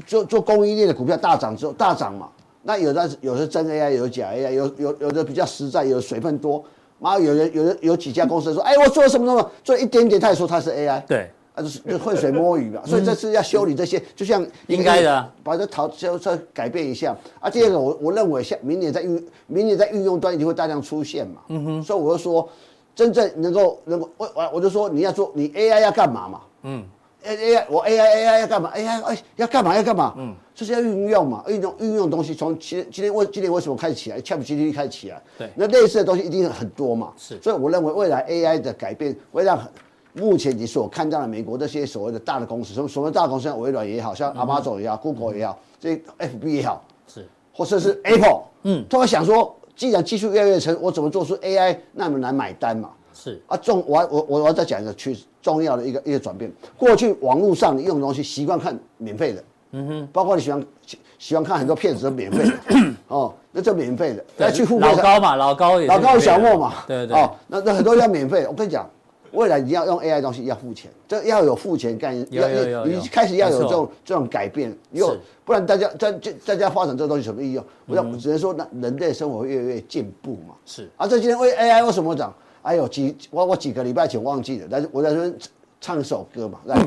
S3: 做做供应链的股票大涨之后，大涨嘛，那有的有的真 AI，有的假 AI，有有有的比较实在，有的水分多。妈，有人有人有几家公司说，哎，我做了什么什么，做了一点点，他也说他是 AI，
S1: 对，
S3: 啊，就是就浑水摸鱼嘛。所以这次要修理这些，就像一个
S1: 应该的啊
S3: 把这淘就稍微改变一下。啊，第二个我我认为下明年在运明年在运用端一定会大量出现嘛。嗯哼，所以我就说，真正能够能够我我我就说你要做你 AI 要干嘛嘛？嗯。A I 我 A I A I 要干嘛？A I 哎要干嘛要干嘛？嗯，就是要运用嘛，运用运用东西从今今天为今年为什么开始起来？Chat GPT 开始起来，
S1: 对
S3: 那类似的东西一定很多嘛。
S1: 是
S3: 所以我认为未来 AI 的改变会让很目前你所看到的美国这些所谓的大的公司，什么什么大公司，像微软也好像 Amazon 也好、Google 也好，这些 FB 也好，
S1: 是
S3: 或者是 Apple，
S1: 嗯
S3: 嗯，都会想说，既然技术越来越成熟，我怎么做出 AI 那么难买单嘛？
S1: 是，
S3: 啊，重我还我我我要再讲一个趋重要的一个一个转变。过去网络上你用的东西习惯看免费的，嗯哼，包括你喜欢喜喜欢看很多片子都免费 的，哦，那就免费的。那去付费
S1: 老
S3: 才
S1: 高嘛，老高也是
S3: 老高
S1: 免
S3: 有
S1: 费
S3: 小
S1: 的
S3: 莫嘛，
S1: 对对，
S3: 哦，那那很多要免费。我跟你讲，未来你要用 AI 东西要付钱，这要有付钱概念，
S1: 有
S3: 要
S1: 有有
S3: 你
S1: 有
S3: 你开始要有
S1: 没
S3: 这
S1: 错
S3: 种这种改变，有
S1: 是嗯
S3: 不然大家大家大家发展这个东西什么意义哦？我想只能说，那人类生活会越来越进步嘛。
S1: 是
S3: 啊，这今天为 AI 为什么涨？哎呦，几我我几个礼拜前忘记了，但是我在这边唱一首歌嘛， 来，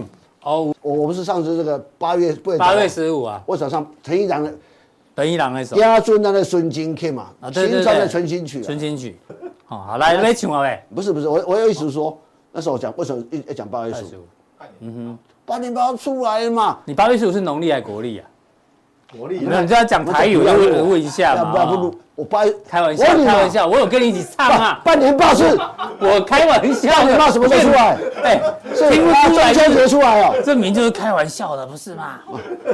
S1: 哦，
S3: 我我不是上次这个八月不
S1: 八月，十五啊，
S3: 我手上陈一郎的
S1: 等一郎那首
S3: 第二尊那个孙金 K 嘛，
S1: 啊，对
S3: 新
S1: 对
S3: 唱的
S1: 对，
S3: 《纯情曲》啊，
S1: 纯情曲，好、好来来请我呗，
S3: 不是不是，我我有意思是说，那时候我讲为什么一要讲八月
S1: 二
S3: 十
S1: 十
S3: 五？
S1: 五，
S2: 嗯
S3: 八点八出来了嘛，
S1: 你八月十五是农历还是国历啊？
S2: 国力
S1: 那你这样讲台语，我就问问一下
S3: 要
S1: 嘛。
S3: 不要不录？我八
S1: 啊开玩笑，
S3: 我啊女儿
S1: 开玩笑，我有跟你一起唱
S3: 八
S1: 啊，
S3: 八年八 是
S1: 我开玩笑
S3: 八
S1: 的。
S3: 年八什么时候出来？
S1: 哎，
S3: 是
S1: 听不
S3: 啊
S1: 出来
S3: 中秋
S1: 就
S3: 节
S1: 是，
S3: 出来哦。
S1: 这名就是开玩笑的，不是吗？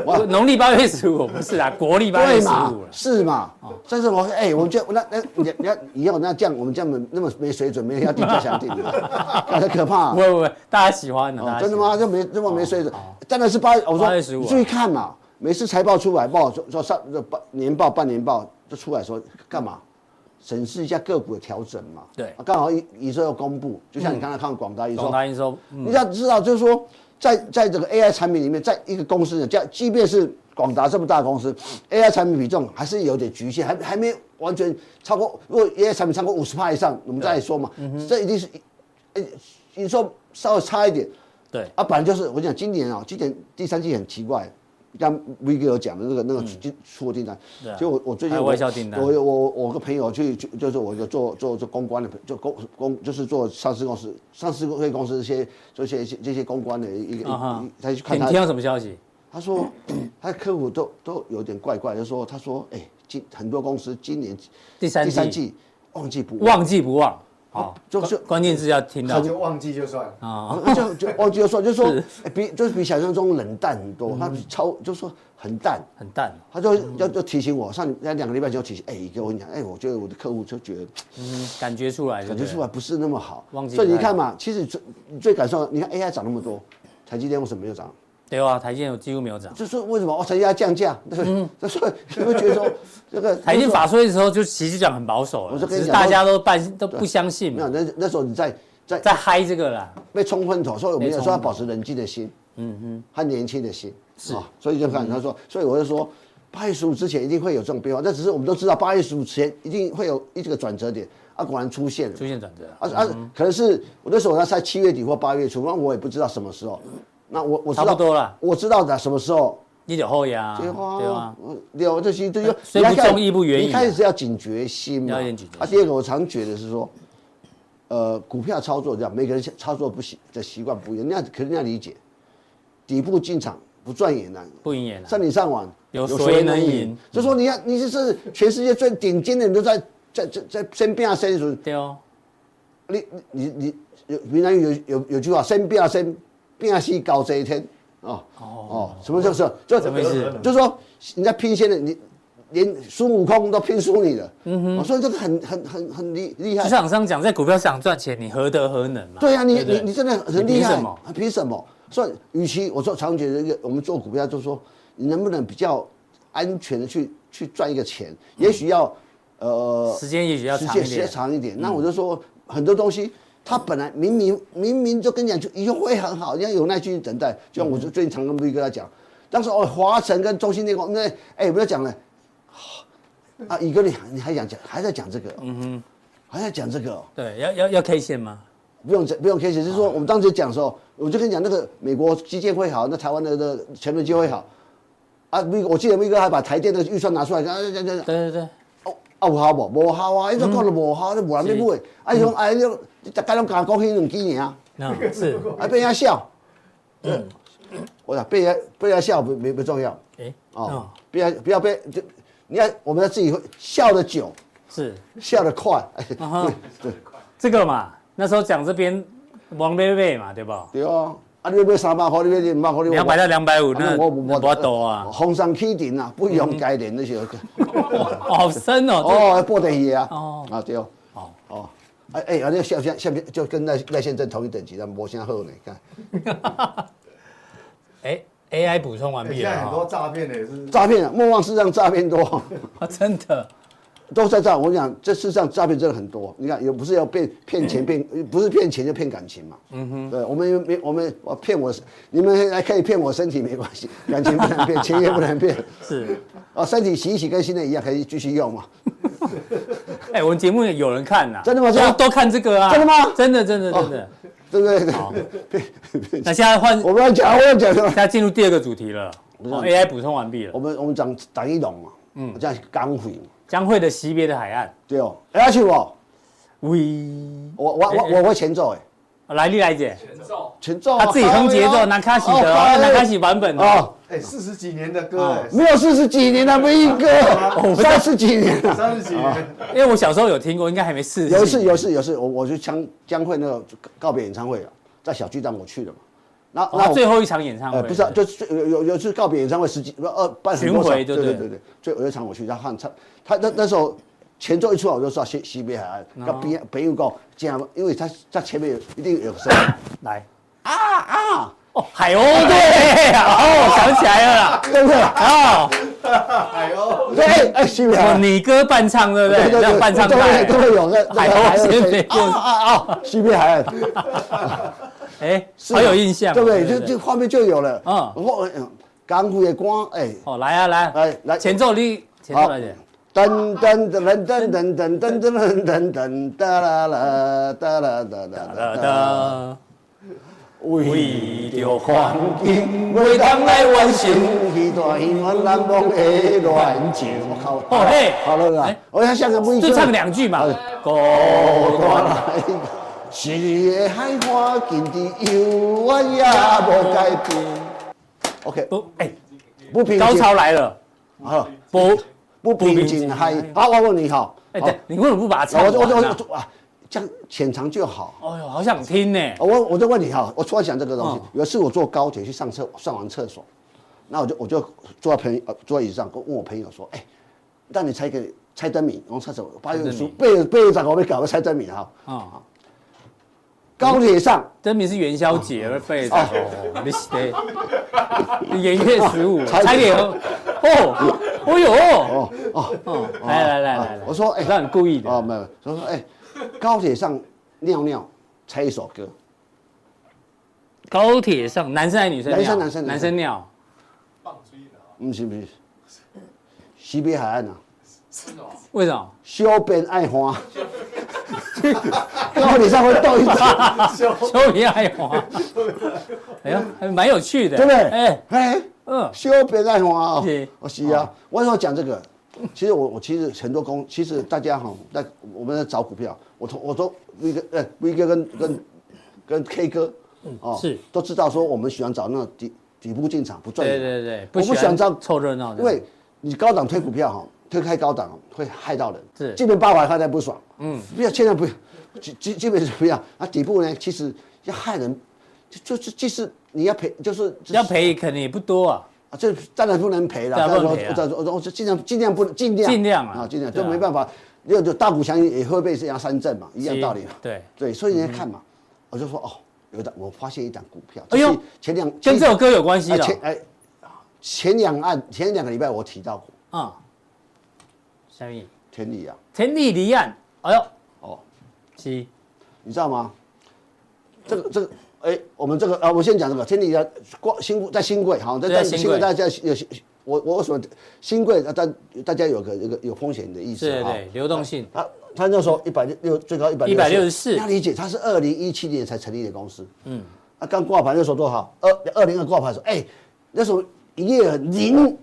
S3: 哇
S1: 我农历八月十五不是啦，国历八月
S3: 对
S1: 十
S3: 嘛
S1: 五了，。
S3: 是嘛？但是我说，哎，我们就那那你你要以后那这样，我们这样那么没水准，没人要定价想定 了，那很可怕
S1: 不。会不会，大家喜欢的，大
S3: 啊
S1: 家
S3: 哦
S1: 哦
S3: 真的吗？？就没这么没水准，当然是八月。我
S1: 八月十
S3: 说
S1: 五啊
S3: 你注意看嘛，每次财报出来，报说说上这半年报、半年报就出来说干嘛？审视一下个股的调整嘛。
S1: 对嗯
S3: 啊刚好一一周要公布，就像你刚才看广达一
S1: 董
S3: 说，
S1: 大英说，
S3: 你要知道就是说，在在这个 AI 产品里面，在一个公司呢，叫即便是广达这么大的公司，AI 产品比重还是有点局限，还还没完全超过。如果 AI 产品超过五十趴以上，我们再说嘛。
S1: 嗯
S3: 这一定是，呃，你说稍微差一点。
S1: 对，
S3: 啊，本来就是我讲今年啊、今年第三季很奇怪，像 V 哥有讲的那个那个出出的订单
S1: 嗯对啊，
S3: 就我我最
S1: 还
S3: 近
S1: 有
S3: 我
S1: 外销订单
S3: 我有我我有个朋友去就就是我就做做做公关的，就公公就是做上市公司上市公公司这些这些这些公关的一个，
S1: 啊哈
S3: 一，他去看
S1: 你
S3: 他
S1: 听到什么消息？
S3: 他说他的客户都都有点怪怪，就说他说哎今很多公司今年
S1: 第三
S3: 第三
S1: 季
S3: 季旺季不旺，
S1: 忘记不忘，好，
S3: 啊就
S1: 关
S3: 就
S1: 关键字要听
S2: 那
S1: 到
S2: 就忘记就算了。
S1: 啊，
S3: 啊就就忘记就说就说哎比就是比想象中冷淡很多，
S1: 嗯
S3: 他比超就说很淡。
S1: 很淡，
S3: 他就要就提醒我，上礼那两个礼拜前就提醒，哎、给我讲，哎、我觉得我的客户就觉得
S1: 嗯，感觉出来，
S3: 感觉出来，不是那么好
S1: 忘，记
S3: 所以你
S1: 了
S3: 看嘛，其实最最感受，你看 AI 涨那么多，台积电为什么没有涨？
S1: 对吧？台积电有几乎没有涨，
S3: 就是为什么哦，台积电降价，对不对？ 那所以你会觉得说这个
S1: 嗯台积电
S3: 法
S1: 法说的时候就其实讲很保守
S3: 我
S1: 了，
S3: 就跟
S1: 只
S3: 你
S1: 是
S3: 讲
S1: 大家都半都不相信
S3: 没有，
S1: 嘛，
S3: 那那时候你在在
S1: 在嗨这个啦，
S3: 被冲昏头，所以我们
S1: 被
S3: 也
S1: 冲
S3: 说要
S1: 昏
S3: 保持冷静的心，嗯哼，和年轻的心，
S1: 是嗯
S3: 啊所以就看他说，所以我就说。八月十五之前一定会有这种变化，但只是我们都知道八月十五前一定会有一个转折点啊，果然出现了。
S1: 出现嗯转折了，
S3: 啊啊，可能是我那时候他在七月底或八月初，那我也不知道什么时候。那我我知道
S1: 差不多啦
S3: 我知道的什么时候。
S1: 你有后呀，
S3: 对啊
S1: 对吧？，
S3: 嗯对啊，这些这就
S1: 虽不
S3: 你要看
S1: 中亦不远矣啊
S3: 你开始要警觉心嘛。
S1: 要有点警觉心
S3: 啊，第二个我常觉得是说，呃，股票操作这样，每个人操作不习的习惯不一样，那可能要理解。底部进场不赚也难，
S1: 不赢也难，
S3: 上你上网
S1: 有谁能赢？
S3: 就说你要你是全世界最顶尖的人都在在在在身边啊，身边。
S1: 对哦，
S3: 你你你你有闽南语有有有句话，生变生变西搞这一天哦哦，什么就是就
S1: 什么意思
S3: 就是说你在拼仙的，你连孙悟空都拼输你了，嗯哼，所以这个很很很很厉厉
S1: 市
S3: 害，
S1: 场上讲，在股票市场赚钱，你何德何能嘛？
S3: 对啊，你
S1: 不
S3: 你你真的很
S1: 你
S3: 厉
S1: 凭
S3: 害
S1: 什么，
S3: 凭什么？所以，与其我说常觉得一个，我们做股票就是说，你能不能比较安全的去去赚一个钱？也许要呃
S1: 时间也许要
S3: 时
S1: 长
S3: 间
S1: 一
S3: 时间
S1: 点，
S3: 长一点。那我就说很多东西，它本来明明明明就跟你讲，就以后会很好，你要有耐心去等待。就像我最近常跟 V 哥他讲，当时哦，华晨跟中兴电工，那哎，我们在讲呢，啊，宇哥你还你还想讲，还在讲这个，嗯哼，还在讲这个哦、
S1: 对，要要要 K 线吗？
S3: 不用不用 K 线，就是说我们当时讲的时候，我就跟你讲那个美国基建会好，那台湾的那个全面基会好，啊，V 我记得 V 哥还把台电的预算拿出来，讲讲讲讲。
S1: 对对对，
S3: 哦，啊有效无？无效啊！伊种讲就无效，你无人要买。啊，伊讲哎，你你逐家拢讲讲迄两支尔，
S1: 那是，
S3: 啊，被人家笑。我讲被人家被人家笑不没不重要
S1: 哎，
S3: 哦
S1: 哦，，
S3: 不要不要被就你看我们要自己会笑得久，
S1: 是，
S3: 笑得快，
S1: 啊哈，这个嘛，那时候讲这边王贝贝嘛，对吧？
S3: 对啊。啊，你要买三百块，你要两百块，你
S1: 两百到两百五，那
S3: 我
S1: 那不多啊，
S3: 红上起顶啊，不用该连那些。
S1: 哦好深哦，
S3: 哦，播得起啊！
S1: 哦
S3: 哦，啊对哦，
S1: 哦
S3: 哦哦，哎哎，啊那下下下面就跟赖赖先生同一等级，但没啥好呢，看
S1: 这哎，AI 补充完毕
S2: 现在很
S1: 了
S2: 多诈骗的也是
S3: 诈骗啊，莫忘世上诈骗多，
S1: 啊， 真的，
S3: 都在诈。我跟你讲，这世上诈骗真的很多。你看，有不是要骗骗钱骗，不是骗钱就骗感情嘛。嗯哼，对，我们没我们我骗我，你们还可以骗我身体没关系， 感情不能骗，钱也不能骗。
S1: 是，
S3: 哦，身体洗一洗跟新的一样，可以继续用嘛。
S1: 哎，我们节目有人看呐，
S3: 真的吗真的
S1: 都
S3: 吗
S1: 都看这个啊，
S3: 真的吗哦
S1: 真的真的真的，
S3: 对不对？哦
S1: 那现在换，
S3: 我们要讲，我要讲什么
S1: 现？在进入第二个主题了哦，AI 补充完毕
S3: 我
S1: 了，
S3: 们我们讲讲一龙嘛，嗯，这样是钢回嘛，哎
S1: 将会的惜别的海岸。
S3: 对哦，而且哦，
S1: 喂，
S3: 我我我我会前奏哎，
S1: 来丽来姐，
S4: 前奏，
S3: 前奏啊
S1: 他自己哼节奏，南卡喜的哦，南卡喜版本的哦。
S3: 哎哦，
S2: 哎，四十几年的歌，哎
S3: 没有四十几年了，啊没 一
S1: 哦
S3: 个三十几年了。
S2: 哎三十几年，
S1: 因为我小时候有听过，应该还没四十。
S3: 有一次，有一次，有一次，我我去江江蕙那个告别演唱会啊，在小巨蛋我去的嘛。那
S1: 哦，那
S3: 我
S1: 最后一场演唱
S3: 呃
S1: 会
S3: 不是、啊，就是有有有一次告别演唱会十几不二办很
S1: 巡
S3: 多场，
S1: 回就
S3: 对
S1: 对
S3: 对对，最有一场我去他看唱，他那那时候前奏一出来我就知道西西北海岸，
S1: 哦
S3: 那边北友告这样，因为他在前面有一定有声音
S1: 来
S3: 啊啊，
S1: 哦，海鸥对 哦，想起来了啦
S3: 对不对？
S1: 哦，
S2: 哎呦，
S3: 对，哎哎西北海
S1: 哦
S3: 岸。
S1: 你歌伴唱对不对？这样伴唱
S3: 都
S1: 带
S3: 会都会有那那
S1: 海
S3: 个
S1: 鸥
S3: 海
S1: 先
S3: 声音
S1: 飞
S3: 啊啊啊！西边海岸，
S1: 哎，
S3: 是
S1: 好有印象，
S3: 对不对？就就画面就有了。
S1: 嗯
S3: 啊，我嗯港股的光，哎，
S1: 哦，来啊来啊，
S3: 来来，
S1: 前奏你前奏来姐，
S3: 噔噔噔噔噔噔噔噔噔噔噔哒啦啦哒啦哒哒
S1: 哒
S3: 哒哒。
S1: 哒，
S3: 为
S1: 着
S3: 环境，每当来完成，许大戏阮人拢会乱情。我靠！
S1: 哦嘿
S3: 好了啦
S1: 哎，
S3: 我要像个不一
S1: 就唱两句嘛，
S3: 孤单来，是个海花近地游，我也无改变。OK，
S1: 不哎，
S3: 不平
S1: 高
S3: 静，
S1: 潮来了，
S3: 好，
S1: 不，
S3: 不平静海。好，我问你哈，
S1: 哎，
S3: 好
S1: 对，你为什么不把它唱
S3: 我就我就
S1: 完
S3: 我
S1: 啊？
S3: 就啊，这样浅尝就好。
S1: 哎呦，好想听呢，
S3: 哦我我就问你哈，我突然想这个东西
S1: 嗯。
S3: 有一次我坐高铁去上厕，上完厕所，那我就我就坐在朋友呃坐在椅子上，跟问我朋友说，哎，让你猜一个猜灯谜，我上厕所，八月
S1: 猜灯
S3: 书
S1: 谜
S3: 背背着我被搞个猜灯谜哈。
S1: 啊，
S3: 高铁上
S1: 真名是元宵节
S3: 嗯
S1: 而背的，哦，你对，元月十 五，差点哦，哦呦，
S3: 哦哦哦，
S1: 来来来
S3: 啊
S1: 来来，
S3: 我说哎
S1: 我知道你故意的，
S3: 哦没有，他说哎，高铁上尿尿，猜一首歌，
S1: 高铁上男生还是女生
S3: 男
S1: 尿？
S3: 生男生
S1: 男生尿，
S4: 棒追的啊，
S3: 嗯，是不是？西北海岸啊，
S4: 真的哦，
S1: 为什 么？
S3: 修边 爱花， 高铁上会斗一场，
S1: 修皮爱花， 哎呦，还蛮有趣的，
S3: 对不对？
S1: 哎
S3: 哎，哎，
S1: 嗯，
S3: 修边爱花啊
S1: 是，哦
S3: 我是啊，我要讲这个。其实我我其实很多公，其实大家哈，在我们在找股票，我从我都 V 哥呃 V 哥跟跟跟 K 哥，哦
S1: 嗯是
S3: 都知道说我们喜欢找那种底底部进场不赚
S1: 对
S3: 钱，
S1: 对对，
S3: 我不想
S1: 这
S3: 这
S1: 凑热闹的，
S3: 因为你高档推股票哈，推开高档会害到人，
S1: 是
S3: 基本八百块他不爽，嗯，不要，千万不要，基基基本是不要。啊，底部呢，其实要害人，就就是即使你要赔，就是
S1: 要，赔肯定也不多啊，
S3: 啊这当然不能赔了，
S1: 当然不能
S3: 我
S1: 赔啊
S3: 我我我我尽量尽量不能尽量
S1: 尽量啊
S3: 尽量
S1: 对
S3: 就
S1: 啊
S3: 没办法，因为就大股强也会被这样三振嘛，一样道理嘛，啊
S1: 对，
S3: 对，所以
S1: 嗯
S3: 你看嘛，我就说哦，有一档我发现一档股票，
S1: 哎呦
S3: 就是前两
S1: 跟这首歌有关系
S3: 前
S1: 的
S3: 前哎前两岸前两个礼拜我提到过
S1: 啊，下面
S3: 天理啊。
S1: 田地离岸，哎呦，
S3: 哦，
S1: 是
S3: 你知道吗？这个这个，哎、我们这个啊，我先讲这个天地家光新贵在新贵，好，在
S1: 对啊
S3: 在
S1: 新
S3: 新
S1: 贵
S3: 贵大家有我我为什么新贵大家大家有个有个有风险的意思啊
S1: 是，
S3: 哈
S1: 对，流动性，
S3: 他他那时候一百六最高一百
S1: 164
S3: 你要理解，他是二零一七年才成立的公司，嗯，啊，刚挂牌那时候多少？二二零二挂牌的时候，哎、那时候营业额零，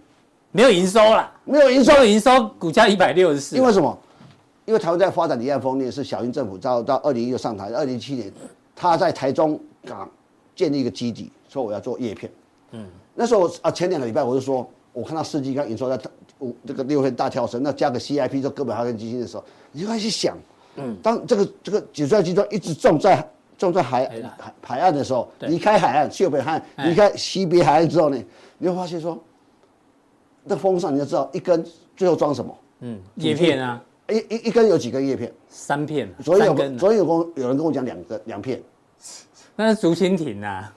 S1: 没有营收啦，
S3: 没有营收
S1: 没，有营收，股价一百六十四
S3: 因，为什么？因为台湾在发展离岸风电，是小英政府到到二零一六上台，二零一七年他在台中港建立一个基地，说我要做叶片。嗯，那时候啊，前两个礼拜我就说，我看到世纪刚营收在五这个六月大跳升，那加个 CIP 就哥本哈根基金的时候，你就开始想，嗯，当这个这个解算机端一直重在重在海
S1: 海岸
S3: 海海岸的时候，
S1: 对
S3: 离开海岸西北海
S1: 哎
S3: 岸，离开西北海岸之后呢，你会发现说，那风扇你就知道一根最后装什么。
S1: 嗯，叶片啊，
S3: 一一一根有几根叶片？
S1: 三片啊，
S3: 昨天
S1: 三
S3: 有
S1: 根啊，
S3: 昨天有跟我有人跟我讲两个两片，
S1: 那是竹蜻蜓 啊，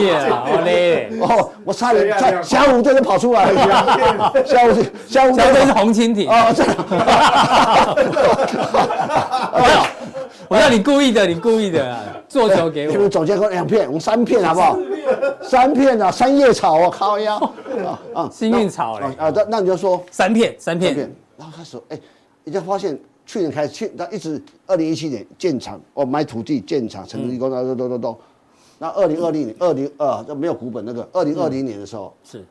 S1: 叶啊，我嘞。
S3: 哦，我差
S2: 这
S3: 点
S2: 样
S3: 差
S2: 两
S3: 下午队都跑出来了，下午下午
S1: 小
S3: 队
S1: 飞是红蜻蜓，
S3: 哦，真的，
S1: 没有，哎
S3: 哦
S1: 我知道你故意的，你故意的啊，做球给
S3: 你们
S1: 我，
S3: 总监说两片，我们三片好不好？三片啊，三叶草啊，靠腰啊啊，
S1: 幸运草
S3: 啊
S1: 嘞，
S3: 啊，那那你就说
S1: 三片，三
S3: 三
S1: 片
S3: 片，，然后开始哎，人家发现去年开始去，他一直二零一七年建厂，哦买土地建厂，成
S1: 嗯
S3: 立工厂，都都都都，那二零二零年二零二这没有股本那个二零二零年的时候。
S1: 是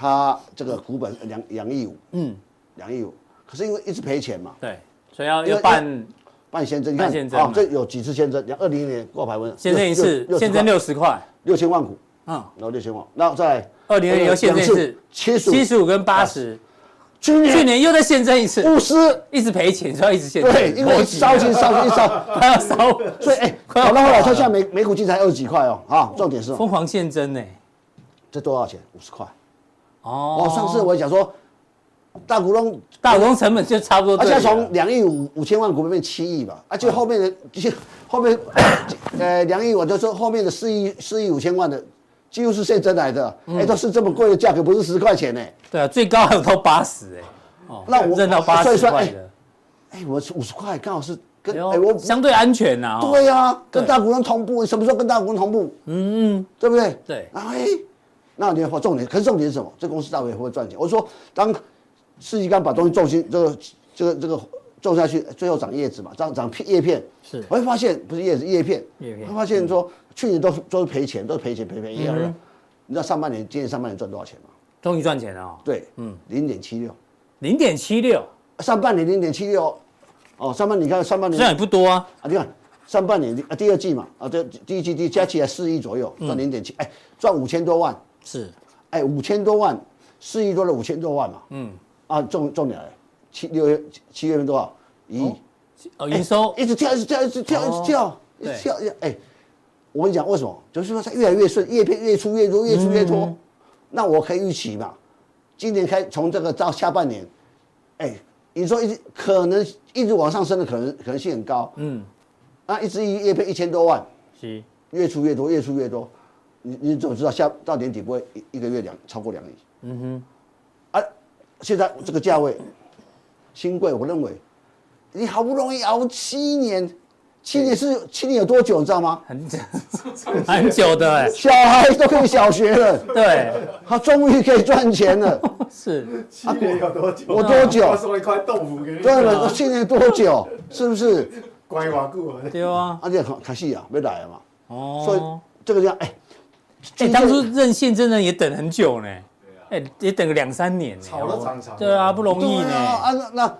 S3: 他这个股本两两亿五，嗯，两亿五，可是因为一直赔钱嘛，
S1: 对，所以要
S3: 因为
S1: 要办
S3: 半先增，你看
S1: 半先增
S3: 啊
S1: 嘛，
S3: 这有几次先增？两二零年挂牌文，
S1: 现增一次，现增
S3: 六
S1: 六十块，
S3: 六千万股，
S1: 嗯，
S3: 然后六千万，那再
S1: 二零二零又现增一次，
S3: 七十啊
S1: 七十五跟八十，
S3: 去
S1: 去
S3: 年
S1: 年又再现增一次，
S3: 五十，
S1: 一直赔钱，所以要一直现增，
S3: 哦对，因为
S1: 逻辑啊
S3: 烧钱烧钱一烧，
S1: 还要烧，
S3: 所以哎，
S1: 快要
S3: 搞到后
S1: 爆
S3: 来，
S1: 了
S3: 它现在每每股净才二十几块哦，啊，重点是
S1: 疯狂现增呢。
S3: 这多少钱？五十块。
S1: 哦
S3: 哦，上次我也讲说，大股东，
S1: 大股东成本就差不多
S3: 而
S1: 这里
S3: 且
S1: 了，
S3: 它从两亿五五千万股变七亿吧，而且后面的就后面，呃，两亿我就说后面的四亿四亿五千万的，几乎是现增来的，哎，都是这么贵的价格，不是十块钱呢。
S1: 对啊，最高还有到八十哎，哦，
S3: 那我
S1: 认到八
S3: 所以
S1: 十
S3: 说
S1: 块
S3: 哎
S1: 的，
S3: 哎，我五十块刚好是跟
S1: 哎
S3: 哎
S1: 呦
S3: 我
S1: 相对安全呐，哦
S3: 对呀，跟
S1: 对
S3: 大股东同步，什么时候跟大股东同步？
S1: 嗯，
S3: 对不对？
S1: 对
S3: 然后哎，那你要重点，可是重点是什么？这公司到底会不会赚钱？我说，当世纪刚把东西种进这个这个这个种下去，最后长叶子嘛，长长片叶片，
S1: 是
S3: 我会发现不是叶子叶片，
S1: 叶片
S3: 我会发现说去年都是都是赔钱，都是赔钱赔赔一样的。你知道上半年今年上半年赚多少钱吗？
S1: 终于赚钱了哦，
S3: 对，嗯，零点七六，
S1: 零点七六，
S3: 上半年零点七六，哦，上半年你看上半
S1: 虽
S3: 年
S1: 然也不多啊，
S3: 啊，你看上半年啊第二季嘛，啊这第一季第加起来四亿左右，赚零点七，哎，赚五千多万，
S1: 是
S3: 哎，五千多万，四亿多的五千多万嘛，嗯，啊，重重点来了，七六月七月份多少？一亿，哎
S1: 哦，营收哦
S3: 一直跳，一直跳，一直跳，一直跳，一直跳，哎，我跟你讲为什么？就是说它越来越顺，叶片越出越多，越出越
S1: 嗯
S3: 多，那我可以预期嘛，今年开从这个到下半年，哎，你说一直可能一直往上升的可能可能性很高，
S1: 嗯，
S3: 那一只一叶片一千多万，
S1: 是
S3: 越出越多，越出越多，你你怎么知道下到年底不会一一个月两超过两亿？嗯哼，啊，现在这个价位，新贵我认为，你好不容易熬七年，七年是七年有多久你知道吗？
S1: 很很久的哎，
S3: 小孩都可以小学了，
S1: 对，
S3: 他终于可以赚 钱了，
S1: 是
S2: 七年有多久？
S3: 我多久
S2: 我？送一块豆腐给你，
S3: 对
S1: 啊
S3: 了，七年多久？是不是？
S2: 乖娃固啊。
S1: 对啊，
S3: 而且卡卡西亚没来了嘛，所
S1: 哦，
S3: 以这个叫哎，啊
S1: 哎，当初认现真的也等很久呢，哎，也等个两三年呢，
S2: 炒了涨涨
S1: 对啊，不容易
S3: 对啊
S1: 呢，
S3: 啊那那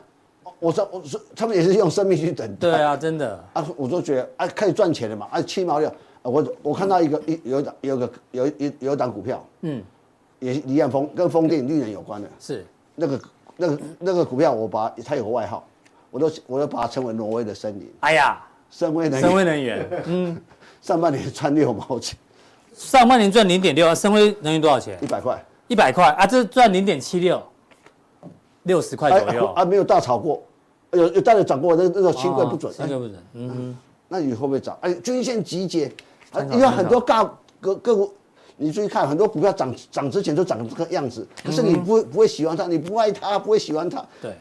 S3: 我说我说他们也是用生命去等待
S1: 对啊，真的，
S3: 啊，我就觉得啊，可以赚钱的嘛，啊，七毛六，啊我我看到一个一有一档有一个有一有一有一档股票，
S1: 嗯，
S3: 也是离岸风跟风电绿能有关的，
S1: 是
S3: 那个那个那个股票，我把它有个外号，我都我都把它称为挪威的森林，
S1: 哎呀，
S3: 森威能
S1: 深威
S3: 源
S1: 能源，嗯，
S3: 上半年赚六毛钱，
S1: 上半年赚零点六啊，深威能源多少钱
S3: 一？百块，
S1: 一百块啊，这赚零点七六，六十块
S3: 哎
S1: 左右
S3: 啊，没有大炒过，有有大的涨过，那那个新贵不准，
S1: 新贵不准，嗯哼，
S3: 那你会不会涨？哎，均线集结，啊，
S1: 参考
S3: 因为很多大个个股，你注意看，很多股票涨涨之前就长这个样子，可是你不会不会喜欢它，你不爱它，不会喜欢它，
S1: 对，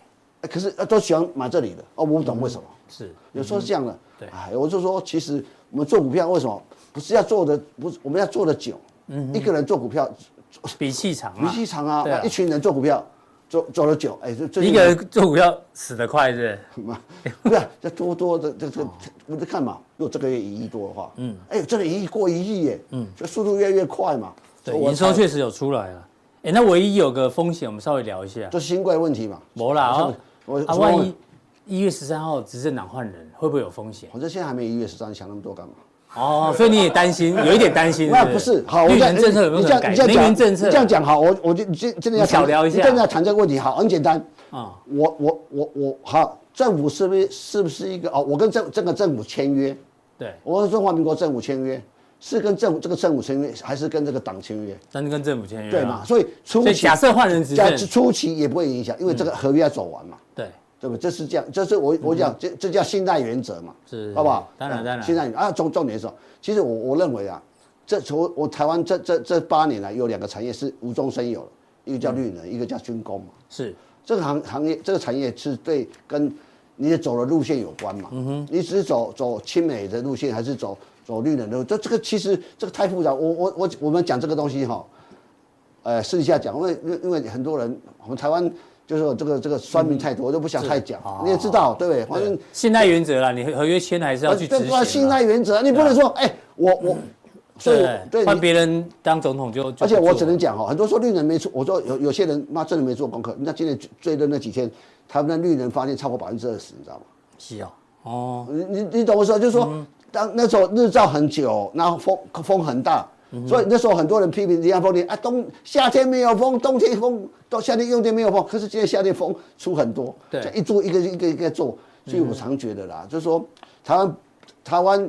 S3: 哎可是呃都喜欢买这里的，哦，我不懂为什么，
S1: 是
S3: 有时候是这样的。
S1: 嗯对
S3: 哎，我就说，其实我们做股票为什么不是要做的，不是我们要做的久，一个人做股票，
S1: 比气长
S3: 脾
S1: 啊，
S3: 气长啊，
S1: 嗯对啊
S3: 一群人做股票。走走了久，哎，这最
S1: 一
S3: 近
S1: 个人做股票死得快是
S3: 嘛，
S1: 哎
S3: 不是这多多的这
S1: 哦
S3: 这，我就看嘛。如果这个月一亿多的话，嗯，哎，真的一亿过一亿耶，嗯，这速度越来越快嘛。
S1: 不是？对，
S3: 我
S1: 营收
S3: 猜
S1: 确实有出来了，哎，那唯一有个风险，我们稍微聊一下，
S3: 这是新贵问题嘛。
S1: 没啦
S3: 我
S1: 啊
S3: 上我
S1: 啊，
S3: 我
S1: 万一一月十三号执政党换人，会不会有风险？
S3: 反正现在还没一月十三，想那么多干嘛？
S1: 哦，所以你也担心，有一点担心，
S3: 那不是好，我
S1: 绿
S3: 这样
S1: 能政策有没有
S3: 你
S1: 可
S3: 这
S1: 能
S3: 样
S1: 改？
S3: 你这样
S1: 能
S3: 讲
S1: 源政策
S3: 你这样讲好，我我就真真的要
S1: 你小
S3: 谈
S1: 聊一下
S3: 你真的要谈这个问题，好，很简单。
S1: 啊，
S3: 我我我我好，政府是不是是不是一个哦？我跟政这个政府签约，
S1: 对，
S3: 我跟中华民国政府签约，是跟政府这个政府签约，还是跟这个党签约？
S1: 但是跟政府签约啊
S3: 对嘛？所以初
S1: 所以
S3: 期
S1: 假设换人执
S3: 假
S1: 政，嗯
S3: 初期也不会影响，因为这个合约要走完嘛，
S1: 对，
S3: 对不对？这是这样，这是我我讲这这叫信赖原则嘛，
S1: 嗯是
S3: 好不好？
S1: 当然
S3: 嗯
S1: 当然
S3: 信赖原则啊，重重点是什么，其实我我认为啊，这从我台湾这这这八年来有两个产业是无中生有的，一个叫绿
S1: 嗯
S3: 能，一个叫军工嘛。
S1: 是
S3: 这个行行业这个产业是对跟你走的路线有关嘛？嗯哼，你只是走走亲美的路线，还是走走绿能的路？这这个其实这个太复杂。我我我我们讲这个东西哈，呃，私底下讲，因为因为因为很多人我们台湾就是有这个这个酸民太
S1: 嗯
S3: 多，我就不想太讲。
S1: 啊
S3: 你也知道对不对？反正
S1: 信赖原则啦，你合约签了还是要去执
S3: 对
S1: 行
S3: 对
S1: 啦。
S3: 信赖原则，你不能说哎我我，所以我
S1: 对，
S3: 呃对
S1: 换
S3: 你。
S1: 别人当总统就，就
S3: 而且我
S1: 不做
S3: 只能讲哦，很多说绿能没做，我说有有些人妈真的没做功课。那今年最最热那几天，他们的绿能发电超过百分之二十，你知道吗？
S1: 是哦，哦，
S3: 你你你懂我说，就是说，当那时候日照很久，然后风风很大，所以那时候很多人批评新加坡，你啊冬夏天没有风，冬天风，到夏天用天没有风，可是今天夏天风出很多，
S1: 对
S3: 这一做一个一个一个做，所以我常觉得啦，就是说台湾台湾。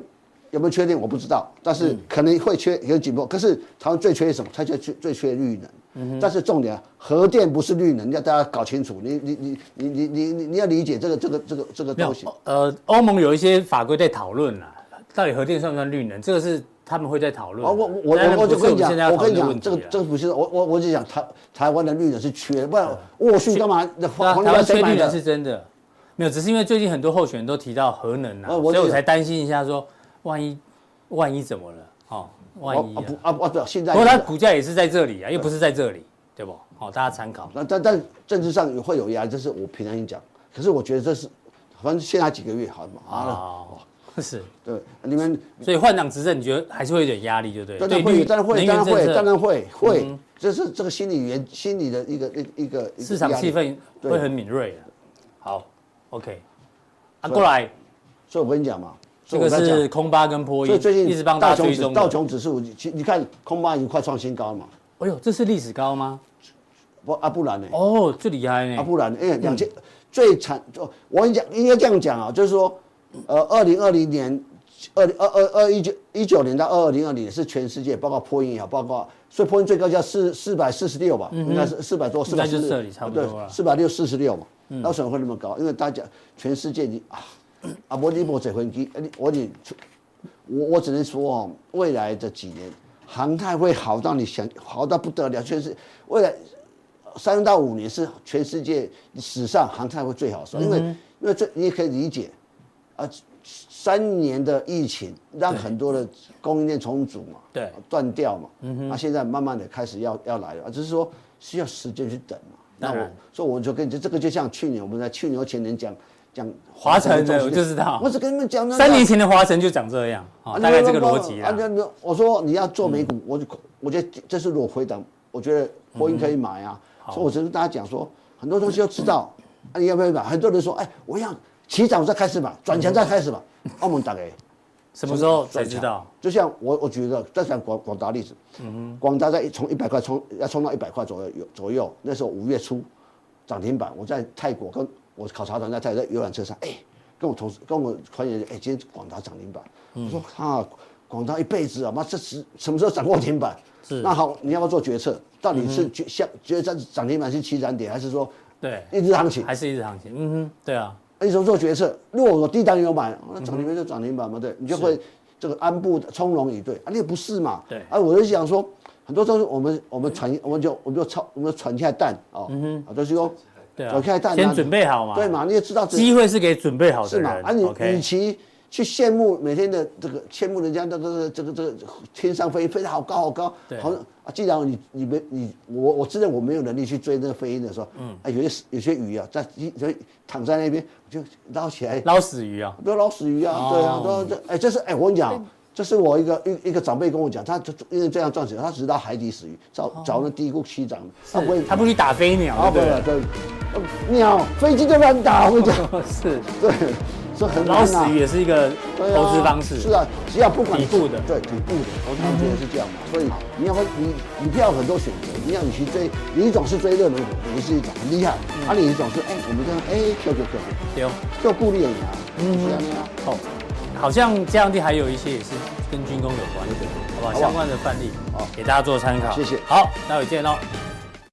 S3: 有没有缺点我不知道，但是可能会缺有紧迫。可是台湾最缺什么？它就缺最缺绿能。但是重点啊，核电不是绿能，要大家搞清楚。你你你你你你你你要理解这个这个这个这个
S1: 没有
S3: 东西。，
S1: 呃，欧盟有一些法规在讨论啦，到底核电算不算绿能？这个是他们会在讨论的。
S3: 啊，我我我
S1: 当然
S3: 我就
S1: 不是
S3: 跟你
S1: 们
S3: 讲
S1: 现在要，
S3: 我
S1: 讨
S3: 跟
S1: 论
S3: 你
S1: 的问
S3: 讲，
S1: 题啊
S3: 这个
S1: 啦
S3: 这个不是我我我就讲台台湾的绿能是缺，不然沃旭干嘛？那
S1: 那
S3: 黄黄
S1: 台
S3: 绿
S1: 湾
S3: 谁
S1: 缺
S3: 买
S1: 绿能是
S3: 的？
S1: 真的，没有，只是因为最近很多候选人都提到核能啊，
S3: 啊我
S1: 所以我
S3: 就
S1: 才担心一下说，万一万一怎么了？哦，万一
S3: 啊
S1: 啊、
S3: 不啊不啊不，现在
S1: 不过它股价也是在这里啊，又不是在这里，对不？好、大家参考。
S3: 但但但政治上也会有压力，这是我平常心讲。可是我觉得这是，反正现在几个月好嘛，好了，
S1: 哦，是，
S3: 对，你们
S1: 所以换党执政，你觉得还是会有点压力，对不对？
S3: 当
S1: 对
S3: 然会，
S1: 绿
S3: 当然
S1: 能
S3: 会，当
S1: 源
S3: 然
S1: 政
S3: 会，当
S1: 策、嗯
S3: 然会会，这是这个心理原心理的一个一一个一个
S1: 市场
S3: 压力
S1: 气氛
S3: 对
S1: 会很敏锐的。好，OK，啊，
S3: 所以
S1: 过来，
S3: 所以我跟你讲嘛，
S1: 这
S3: 所以
S1: 个
S3: 我在讲
S1: 是空巴跟波
S3: 所
S1: 音
S3: 以最，近
S1: 一直帮大
S3: 道
S1: 家追
S3: 琼指
S1: 踪
S3: 道
S1: 的。
S3: 琼指数，其你看空巴已经快创新高了嘛，
S1: 哎呦，这是历史高吗？
S3: 不啊不然呢？
S1: 哦，这厉害
S3: 啊
S1: 呢。嗯
S3: 不然呢，因为两千最惨，就我跟你讲，应该这样讲啊，就是说，呃，二零二零年。二二二二一九一九年到二二零二零是全世界，包括波音也好，包括所以波音最高叫四四百四十六吧，应该是四百多，
S1: 嗯
S3: 四
S1: 应该
S3: 百
S1: 就
S3: 四
S1: 是
S3: 十
S1: 这里差不多了嗯
S3: 四百六四十六嘛。那为什么会那么高？因为大家全世界你啊啊，我你我这飞 机，啊你我你我我只能说哦，未来的几年航太会好到你想好到不得了，全是未来三到五年是全世界史上航太会最好的时
S1: 嗯
S3: 候，因为因为这你也可以理解，啊，三年的疫情让很多的供应链重组嘛，
S1: 对嗯
S3: 断掉嘛，那、现在慢慢的开始要要来了，啊只是说需要时间去等嘛。那
S1: 当
S3: 我
S1: 然
S3: 所以我就跟你这个就像去年我们在去年前年讲讲
S1: 华晨的
S3: 中心
S1: 我就知道
S3: 我只跟你们讲那个
S1: 三年前的华晨就长这样，啊，
S3: 啊
S1: 大概这个逻辑
S3: 啊，
S1: 啦。
S3: 那那我说你要做美股，我就我觉得这是我回答，我觉得波音可以买啊，
S1: 嗯
S3: 所以我只是跟大家讲说，很多东西要知道，啊，你要不要买？很多人说，哎，我要起涨再开始买，转强再开始买，澳门打给
S1: 什么时候才知道？？嗯
S3: 就像我我举一个再讲广广达例子，广达在从一百块冲要冲到一百块左右有左右，那时候五月初涨停板，我在泰国跟我考察团在泰国在游览车上，哎、跟我同事跟我团员，哎、今天广达涨停板，
S1: 嗯
S3: 我说啊，广达一辈子啊，妈这是什么时候涨过停板？
S1: 是嗯
S3: 那好，你要不要做决策？到底是决像决战涨停板是起涨点，还是说
S1: 对，
S3: 一直行情？
S1: 还是一直行情？嗯哼，对啊，
S3: 你怎么做决策？如果我低档有
S1: 嗯
S3: 买，哦那涨停板就涨停板嘛，对，你就会这个安步从容以对啊，你也不是嘛，
S1: 对嗯
S3: 啊，我就想说，很多都是我们我们传，我们就我们就操，我们传下蛋啊，啊，就是说
S1: 对啊
S3: 传下蛋啊，
S1: 先准备好嘛。
S3: 对嘛，你也知道这
S1: 机会是给准备好的
S3: 是嘛，啊，
S1: 人。
S3: 你
S1: OK，
S3: 与其去羡慕每天的这个羡慕人家那个这个这个天上飞飞得好高好高
S1: 对，
S3: 好像啊，既然你你没你我我知道我没有能力去追那个飞鹰的时候，嗯，啊，有些有些鱼啊，在就躺在那边我就捞起来。
S1: 捞死鱼啊！
S3: 不要老死鱼啊，对啊，对啊，这哎，这是哎，我跟你讲，这是我一个一一个长辈跟我讲，他就因为这样赚钱，他只是到海底死鱼，找找那低谷区长，他不会，
S1: 他不去打飞鸟，
S3: 啊，
S1: 对
S3: 不
S1: 不
S3: 会，
S1: 对？
S3: 对，呃鸟飞机都乱打，我跟你讲，
S1: 是
S3: 对，所以很难
S1: 捞死
S3: 啊
S1: 鱼，也是一个
S3: 对啊
S1: 投资方式。
S3: 是啊，只要不管
S1: 底部的
S3: 对底部的，我常觉得是这样嘛，所以你要会你你票很多选择，你要你去追，你一种是追热门股，你是一种很厉害，啊，另一种是哎，我们这样哎，就就就
S1: 对哦，
S3: 就顾虑而已啊，是啊，是啊。
S1: 哦，好像这样地还有一些也是跟军工有关的，好不好？
S3: 好不好
S1: 相关的范例
S3: 好
S1: 给大家做参考。
S3: 谢谢
S1: 好，待会见喽。
S3: 好